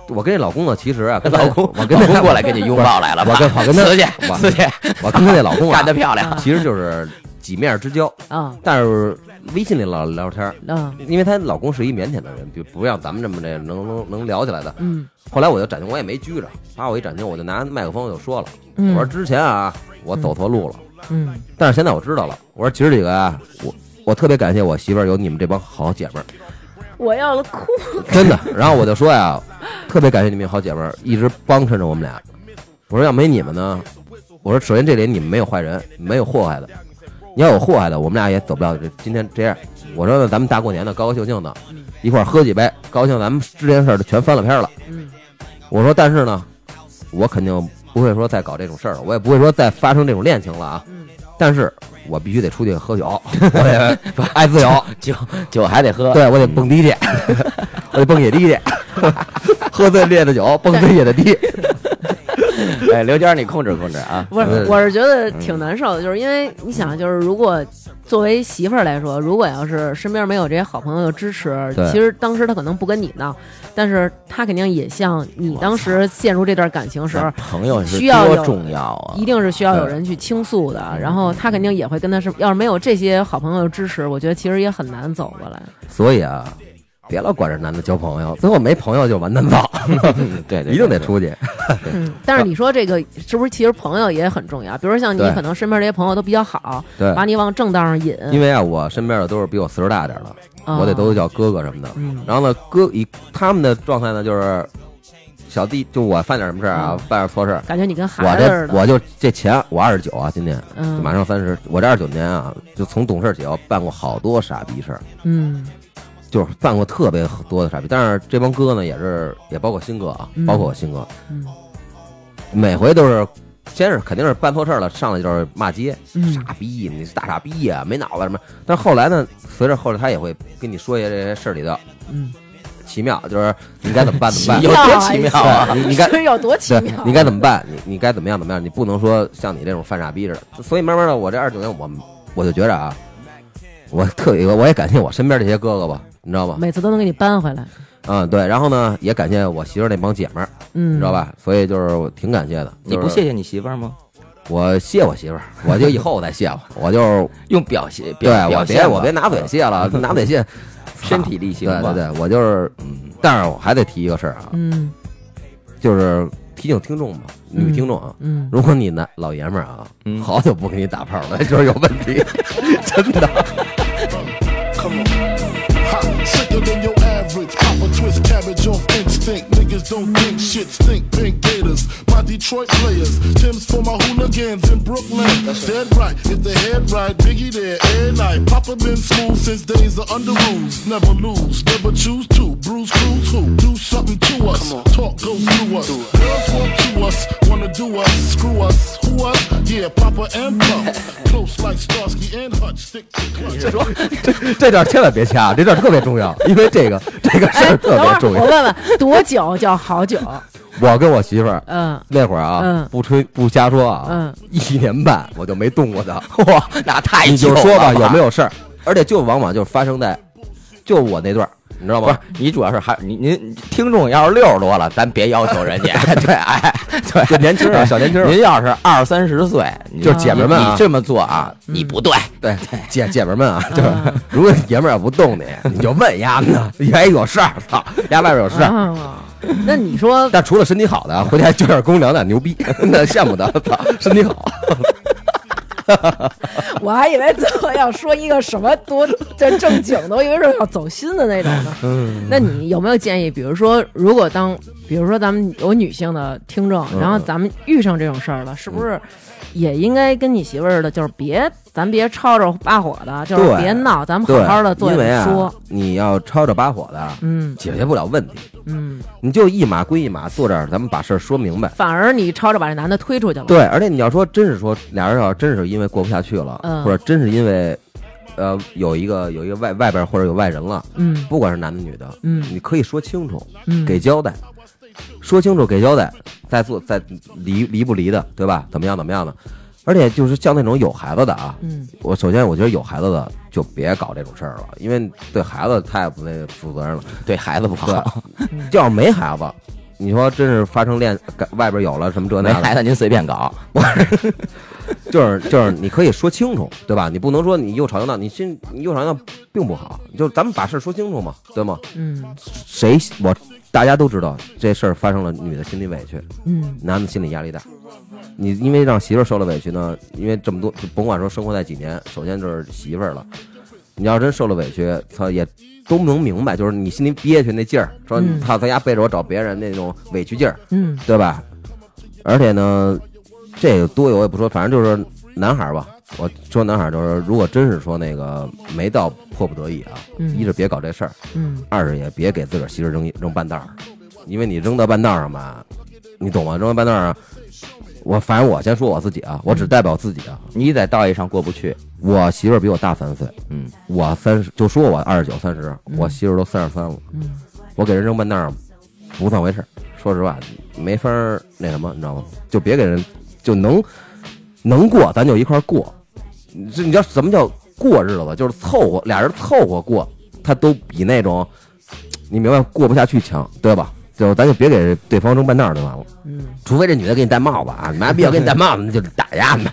我跟这老公呢其实啊，跟
老公，
我 跟
老
他
公过来跟你拥抱来了吧？
我跟我 跟他
出去
我
出去，
我跟他那老公啊
干得漂亮。
其实就是几面之交，
啊
但是微信里老聊天儿，
啊
因为她老公是一腼腆的人，比不像咱们这么这能能能聊起来的。
嗯
后来我就暂停，我也没拘着，把我一暂停，我就拿麦克风就说了，
嗯
我说之前啊，我走错路了，
嗯，
但是现在我知道了，我说其实这个啊，我我特别感谢我媳妇儿有你们这帮好姐们儿，
我要哭，
真的。然后我就说呀，特别感谢你们好姐们儿，一直帮衬着我们俩。我说要没你们呢，我说首先这里你们没有坏人，没有祸害的。你要有祸害的，我们俩也走不了这今天这样。我说呢，咱们大过年的，高高兴兴的，一块儿喝几杯，高兴，咱们之前的事儿就全翻了篇儿了。
嗯
我说，但是呢，我肯定不会说再搞这种事儿了，我也不会说再发生这种恋情了啊。
嗯
但是我必须得出去 喝酒，我得爱自由，
酒酒还得喝，
对我得
嗯
蹦 迪去，我得蹦野迪去，喝醉烈的酒，蹦醉野的迪。
哎，刘娟，你控制控制啊！
不
嗯
是，我是觉得挺难受的，就是因为你想，就是如果作为媳妇儿来说，如果要是身边没有这些好朋友的支持
对，
其实当时他可能不跟你闹，但是他肯定也像你当时陷入这段感情时候，
朋友是
需要
多
有
重要啊！
一定是需要有人去倾诉
嗯
的。然后他肯定也会跟他是，要是没有这些好朋友的支持，我觉得其实也很难走过来。
所以啊，别老管这男的交朋友，最后没朋友就完蛋造，
对对，
一定得
对
出去。
嗯，但是你说这个是不是其实朋友也很重要？比如像你
对
可能身边这些朋友都比较好，
对
把你往正道上引，
因为啊，我身边的都是比我岁数大点儿的，
啊
我得都叫哥哥什么的。
嗯
然后呢，哥以他们的状态呢，就是小弟，就我犯点什么事儿
嗯
啊，犯点错事儿，
感觉你跟
我
孩子似
这
的。
我就这钱，我二十九啊，今年
嗯
马上三十，我这二九年啊，就从懂事起，我办过好多傻逼事儿，
嗯
就是办过特别多的傻逼。但是这帮哥呢，也是也包括新哥啊，
嗯
包括我新哥，
嗯
每回都是先是肯定是办错事儿了，上来就是骂街，
嗯
傻逼，你是大傻逼呀、没脑子什么。但是后来呢，随着后来他也会跟你说一些这些事儿里的
嗯，
奇妙，就是你该怎么办怎么办
有。
妙
多
啊
奇
你
妙
说
啊！
对你你该
这有多奇
对
妙啊？
你该怎么办？你你该怎么样怎么样？你不能说像你这种犯傻逼似的。所以慢慢的，我这二十九年，我我就觉着啊，我特别我也感谢我身边这些哥哥吧，你知道吗？
每次都能给你扳回来，
嗯，对。然后呢，也感谢我媳妇儿那帮姐们儿，
嗯，
你知道？吧？所以就是我挺感谢的。
你不
就是
谢谢你媳妇儿吗？
我谢我媳妇儿，我就以后我再谢我，我就是
用 表现，
对
表
我
表
别
现
我
吧
别拿嘴 谢了，拿嘴谢
身体力行
对
吧。
对对，我就是，嗯但是我还得提一个事儿啊，
嗯
就是提醒听众吧，女听众啊，
嗯，
如果你男老爷们儿啊，
嗯
好久不给你打炮了， 就是有问题，真的。
Come on. Hot, sicker than your average. Pop a twist, cabbage off instinct. Niggas don't think shit, stink, think gators. My Detroit players, Tim's for my hooligans in Brooklyn. Dead right, if the head right, Biggie there, air night. Papa been smooth since days of under rules. Never lose, never choose to. Bruise, cruise, who? Do something to us. Talk goes through us. Girls want to us, wanna do us, screw us, who us? Yeah, Papa and Pump. Close like Starsky and Hutch, stick to clutch.
这段千万别掐啊，这段特别重要，因为这个这个事
哎，
儿
等会
特别
儿
重
我
要。
问问，多久叫好 久？
我跟我媳妇儿
嗯，
那会儿啊
嗯，
不吹不瞎说啊
嗯，
一年半我就没动过 她。
哇，那太
你就
久
说吧，
了
有没？有事儿？而且就往往就发生在就我那段儿，你知道
不是
吗？，
你主要是还你您听众要是六十多了，咱别要求人 家。对，哎，对，
就年轻人啊小年轻人
您要是二三十岁，你
就是姐们儿们啊
你这么做啊，你不对。
对，姐姐们儿们啊，
嗯
就是如果爷们儿要不动你，你就问丫呢， 丫有事儿，操，丫外边有事儿。
啊，那你说，
但除了身体好的，啊回家就是公粮的牛逼， 那羡慕他，操，身体好。
我还以为最后要说一个什么多这正经的，我以为是要走心的那种呢。嗯，那你有没有建议？比如说，如果当，比如说咱们有女性的听众，
嗯
然后咱们遇上这种事儿了，是不是也应该跟你媳妇儿似的，就是别咱别吵吵巴火的，就是
对
别闹，咱们
对，
好好的做
因为啊
说。，
你要吵吵巴火的，
嗯
解决不了问题，
嗯，
你就一码归一码，坐这儿，咱们把事儿说明白。
反而你吵着把这男的推出去了。
对，而且你要说真是说俩人要真是因为过不下去了，
嗯
或者真是因为，呃，有一个有一个外外边或者有外人了，
嗯
不管是男的女的，
嗯
你可以说清楚，
嗯，
给交代，说清楚给交代，再做再离离不离的，对吧？怎么样怎么样的？而且就是像那种有孩子的啊，
嗯
我首先我觉得有孩子的就别搞这种事儿了，因为对孩子太不那负责任了。
对孩子不好，
要是没孩子，你说真是发生恋感外边有了什么这
没
那
孩
的，
子您随便搞。
就是就是你可以说清楚，对吧？你不能说你又吵又闹，你心你又吵又闹并不好，就咱们把事儿说清楚嘛，对吗？
嗯
谁我大家都知道这事儿发生了，女的心里委屈，
嗯
男的心理压力大。你因为让媳妇儿受了委屈呢，因为这么多，就甭管说生活在几年，首先就是媳妇儿了。你要真受了委屈，操也都能明白，就是你心里憋屈那劲儿，说
嗯
操在家背着我找别人那种委屈劲儿，
嗯
对吧？而且呢，这个多有我也不说，反正就是男孩儿吧。我说男孩儿就是，如果真是说那个没到迫不得已啊，
嗯
一是别搞这事儿，
嗯
二是也别给自个儿媳妇扔一扔半道儿，因为你扔到半道儿上吧，你懂吗？扔到半道儿上，我反正我先说我自己啊，我只代表自己啊。
你在道义上过不去，
我媳妇儿比我大三岁，
嗯，
我三十就说我二十九三十，我媳妇儿都三十三了，
嗯
我给人扔半道儿上，不算回事儿。说实话，没法儿那什么，你知道吗？就别给人，就能能过，咱就一块儿过。这你知道什么叫过日子吧？就是凑合，俩人凑合过，他都比那种你明白过不下去强，对吧？就咱就别给对方扔半道儿就完了。嗯，除非这女的给你戴帽子啊，你妈逼要给你戴帽子，那就打压你，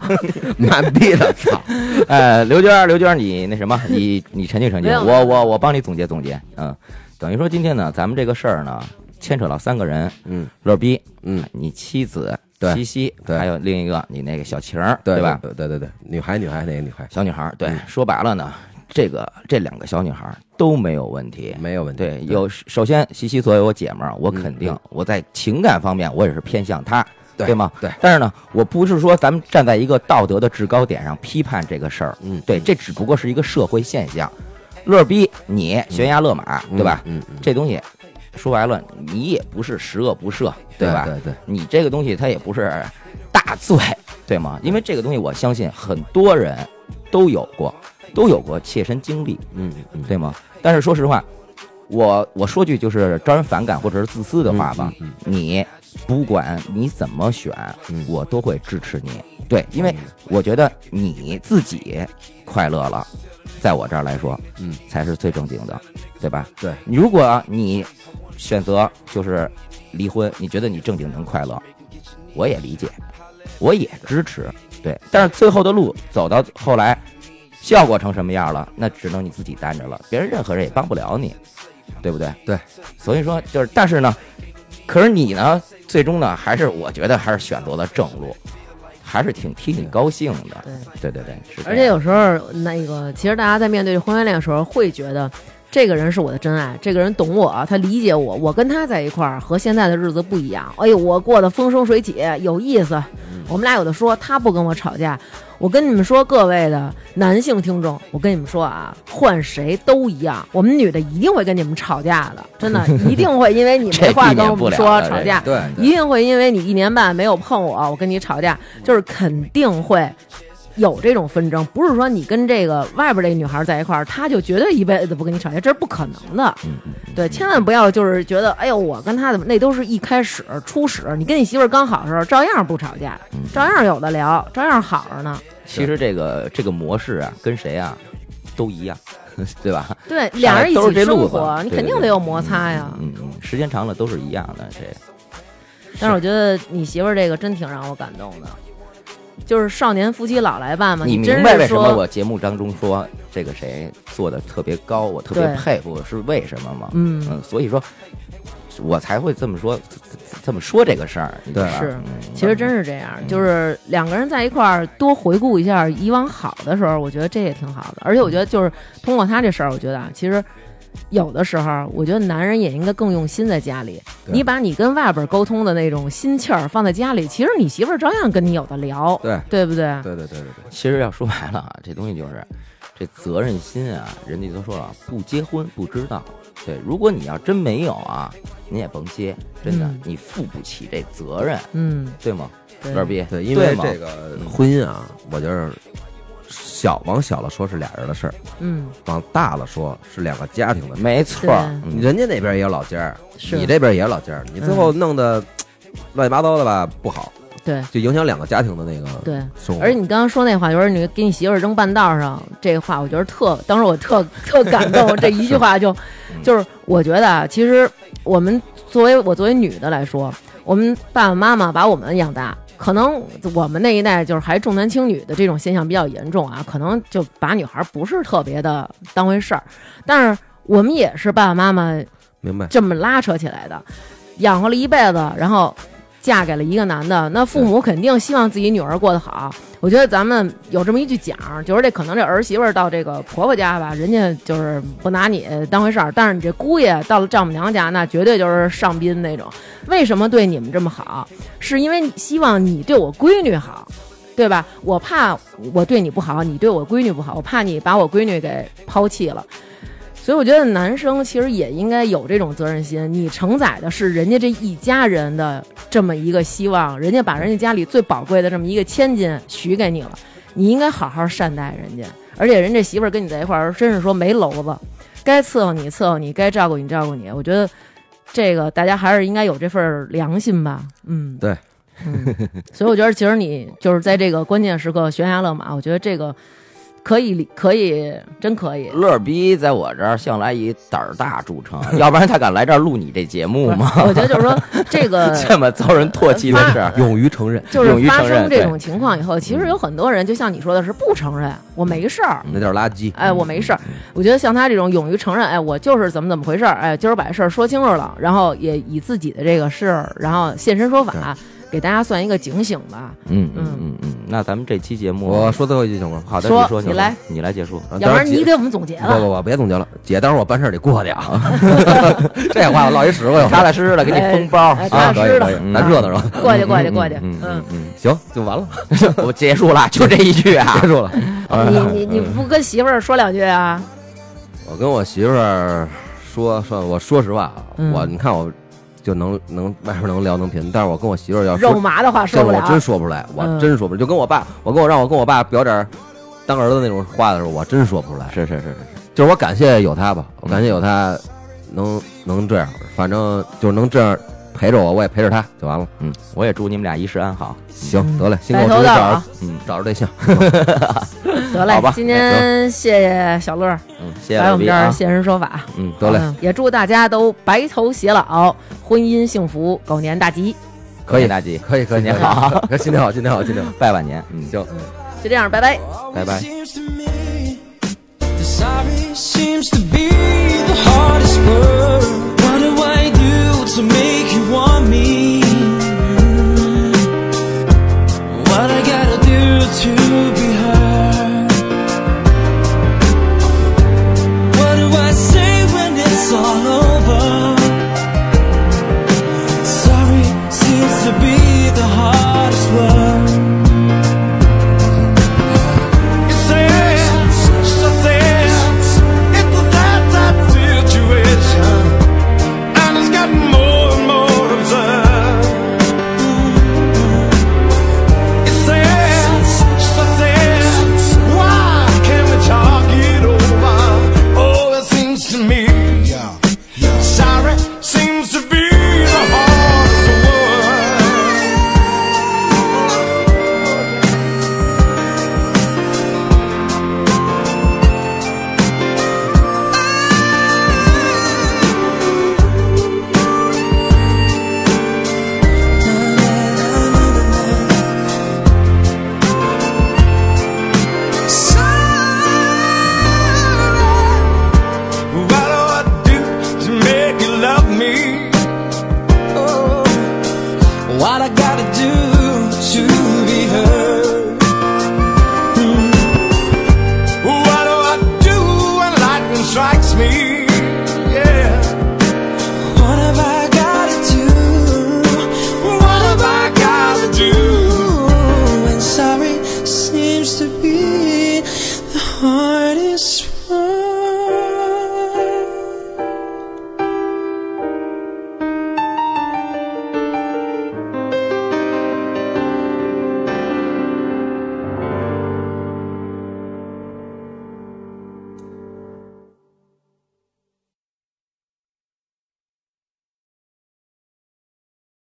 妈逼的，操！
呃，刘娟儿，刘娟儿，你那什么，你你沉浸沉浸
没，有
我我我帮你总结总结，嗯，等于说今天呢，咱们这个事儿呢，牵扯到三个人，
嗯，
乐逼，
嗯，
你妻子
对
西西，
对
还有另一个你那个小晴儿，
对嗯
吧？？
对对对，女孩女孩哪个女孩？
小女孩儿，对，说白了呢，这个这两个小女孩儿都没有问题，
没嗯有问题。
对，有首先西西作为我姐们儿，我肯定我在情感方面我也是偏向她，
对
吗？
对
但是呢，我不是说咱们站在一个道德的制高点上批判这个事儿，
嗯
对，这只不过是一个社会现象。乐逼，你悬崖勒马，对吧？
嗯嗯，
这东西说白了，你也不是十恶不赦，
对
吧？
对对，
你这个东西它也不是大罪，对吗？因为这个东西，我相信很多人都有过，都有过切身经历，
嗯嗯，
对吗？但是说实话，我我说句就是招人反感或者是自私的话吧，
嗯
你不管你怎么选，
嗯
我都会支持你。对，因为我觉得你自己快乐了，在我这儿来说，
嗯，
才是最正经的，对吧？
对，
如果你选择就是离婚，你觉得你正经能快乐，我也理解，我也支持，对。但是最后的路走到后来，效果成什么样了，那只能你自己担着了，别人任何人也帮不了你，对不对？
对。
所以说就是，但是呢，可是你呢，最终呢，还是我觉得还是选择了正路，还是挺替你高兴的。对对对，是这样。
而且有时候那个，其实大家在面对婚外恋的时候，会觉得这个人是我的真爱，这个人懂我，他理解我，我跟他在一块儿和现在的日子不一样。哎呦，我过得风生水起，有意思。
嗯
我们俩有的说，他不跟我吵架。我跟你们说，各位的男性听众，我跟你们说啊，换谁都一样，我们女的一定会跟你们吵架的，真的一定会，因为你
这
没话
避
跟
免
我
不
们
了
说
的
吵
这
架，
对对
一定会因为你一年半没有碰我，我跟你吵架，就是肯定会有这种纷争，不是说你跟这个外边这女孩在一块儿，她就绝对一辈子不跟你吵架，这是不可能的。
嗯
对，千万不要就是觉得，哎呦，我跟她怎么那都是一开始初始，你跟你媳妇儿刚好的时候，照样不吵架，
嗯
照样有的聊，照样好着呢。
其实这个这个模式啊，跟谁啊都一样， 对吧？
对，俩人一
都是
起
这路子
生活，你
对
肯定
对
得
对
有摩擦呀。
嗯，嗯时间长了都是一样的。这
但是我觉得你媳妇儿这个真挺让我感动的，就是少年夫妻老来伴嘛，
你
真
明白
是
为什
说
么我节目当中说这个谁做的特别高，我特别
对
佩服是为什么吗？
嗯
所以说，我才会这么说，这么说这个事儿，你知道吧？
是
嗯，
其实真是这样，就是两个人在一块儿多回顾一下以往好的时候，我觉得这也挺好的。而且我觉得就是通过他这事儿，我觉得啊，其实有的时候，我觉得男人也应该更用心在家里。你把你跟外边沟通的那种心气儿放在家里，其实你媳妇儿照样跟你有的聊，
对
对不对？
对对对对对，
其实要说白了啊，这东西就是这责任心啊，人家都说了，不结婚不知道。对，如果你要真没有啊，你也甭结，真的，
嗯
你负不起这责任，
嗯，
对吗？
对
乐逼，
对，因为
吗
这个婚姻啊，我觉得小往小了说是俩人的事儿，
嗯，
往大了说是两个家庭的事儿。
没错
对
儿，嗯
人家那边也有老家儿，
是啊嗯
你这边也有老家儿，你最后弄得乱七八糟的吧，不好，
对
就影响两个家庭的那个
对。
生活。
而且你刚刚说那话，就是你给你媳妇儿扔半道上这话，我觉得特， 当时我特特感动。这一句话就， 就是我觉得啊，其实我们作为我作为女的来说，我们爸爸妈妈把我们养大，可能我们那一代就是还重男轻女的这种现象比较严重啊，可能就把女孩不是特别的当回事儿，但是我们也是爸爸妈妈
明白，
这么拉扯起来的，养活了一辈子，然后嫁给了一个男的，那父母肯定希望自己女儿过得好。我觉得咱们有这么一句讲，就是这可能这儿媳妇儿到这个婆婆家吧，人家就是不拿你当回事儿，但是你这姑爷到了丈母娘家，那绝对就是上宾那种。为什么对你们这么好？是因为希望你对我闺女好。对吧？我怕我对你不好，你对我闺女不好，我怕你把我闺女给抛弃了，所以我觉得男生其实也应该有这种责任心，你承载的是人家这一家人的这么一个希望，人家把人家家里最宝贵的这么一个千金许给你了，你应该好好善待人家。而且人这媳妇儿跟你在一块儿，真是说没娄子，该伺候你伺候你，该照顾你照顾你。我觉得这个大家还是应该有这份良心吧，嗯，
对，
嗯，所以我觉得其实你就是在这个关键时刻悬崖勒马，我觉得这个可以理，可以，真可以。
乐逼在我这儿向来以胆儿大著 称，要不然他敢来这儿录你这节目吗？
我觉得就是 说，这个
这么遭人唾弃的事儿，
勇于承认，
就
勇
是
于
发
承认
生这
对嗯
种情况以后，其实有很多人就像你说的是不承认，我没事儿，
那叫垃圾。
哎，我没事儿。
嗯
我觉得像他这种勇于承认，哎，我就是怎么怎么回事儿，哎，今儿把事儿说清楚了，然后也以自己的这个事儿，然后现身说法，给大家算一个警醒吧。
嗯嗯嗯嗯，那咱们这期节目，
我说最后一句行吗？
好的，
说
你说
你来，
你来结束。
啊
要不然你
姐
给我啊们总结
不
了。
不不，别总结了，姐，待会儿我办事儿得过去啊。 这话我落一实惠，
踏踏实实的给你
哎
封包
哎
啊
踏！实
可以可以
嗯，
咱热闹热闹。
过去，过去，过去。
嗯嗯嗯，
行，就完了，
我结束了，就这一句啊
结。束了。
嗯
你你你不跟媳妇儿说两句啊？
我跟我媳妇儿说说，我说实话啊，
嗯
我你看我就能能外边能聊能贫，但是我跟我媳妇儿要说
肉麻的话
这
说不
我
了。
真说不出来，我
嗯
真说不出来。就跟我爸，我跟我让我跟我爸表点儿当儿子那种话的时候，我真说不出来。
是是是是是，
就是我感谢有他吧，我感谢有他能能这样，反正就是能这样陪着我，我也陪着他就完了。
嗯，我也祝你们俩一世安好。
行，得嘞，辛苦
嗯白
我
头
出去
到
找
老啊
着，
嗯
找着对象。
得嘞
好吧，
今天谢谢小乐儿
嗯，谢谢
来
老
我们
毕
这儿
啊。
现身说法。
嗯，
得嘞，
嗯，也祝大家都白头偕老，婚姻幸福，狗年大吉。
可以
大吉，
可以可以，
新年
可以
好，
新年好，新年好，新年好，
拜晚年。嗯，
行。
就这样，拜拜。
拜拜。
Seems to me the sorry seems to be the hardest word. What do I do to make you want me? What I gotta do to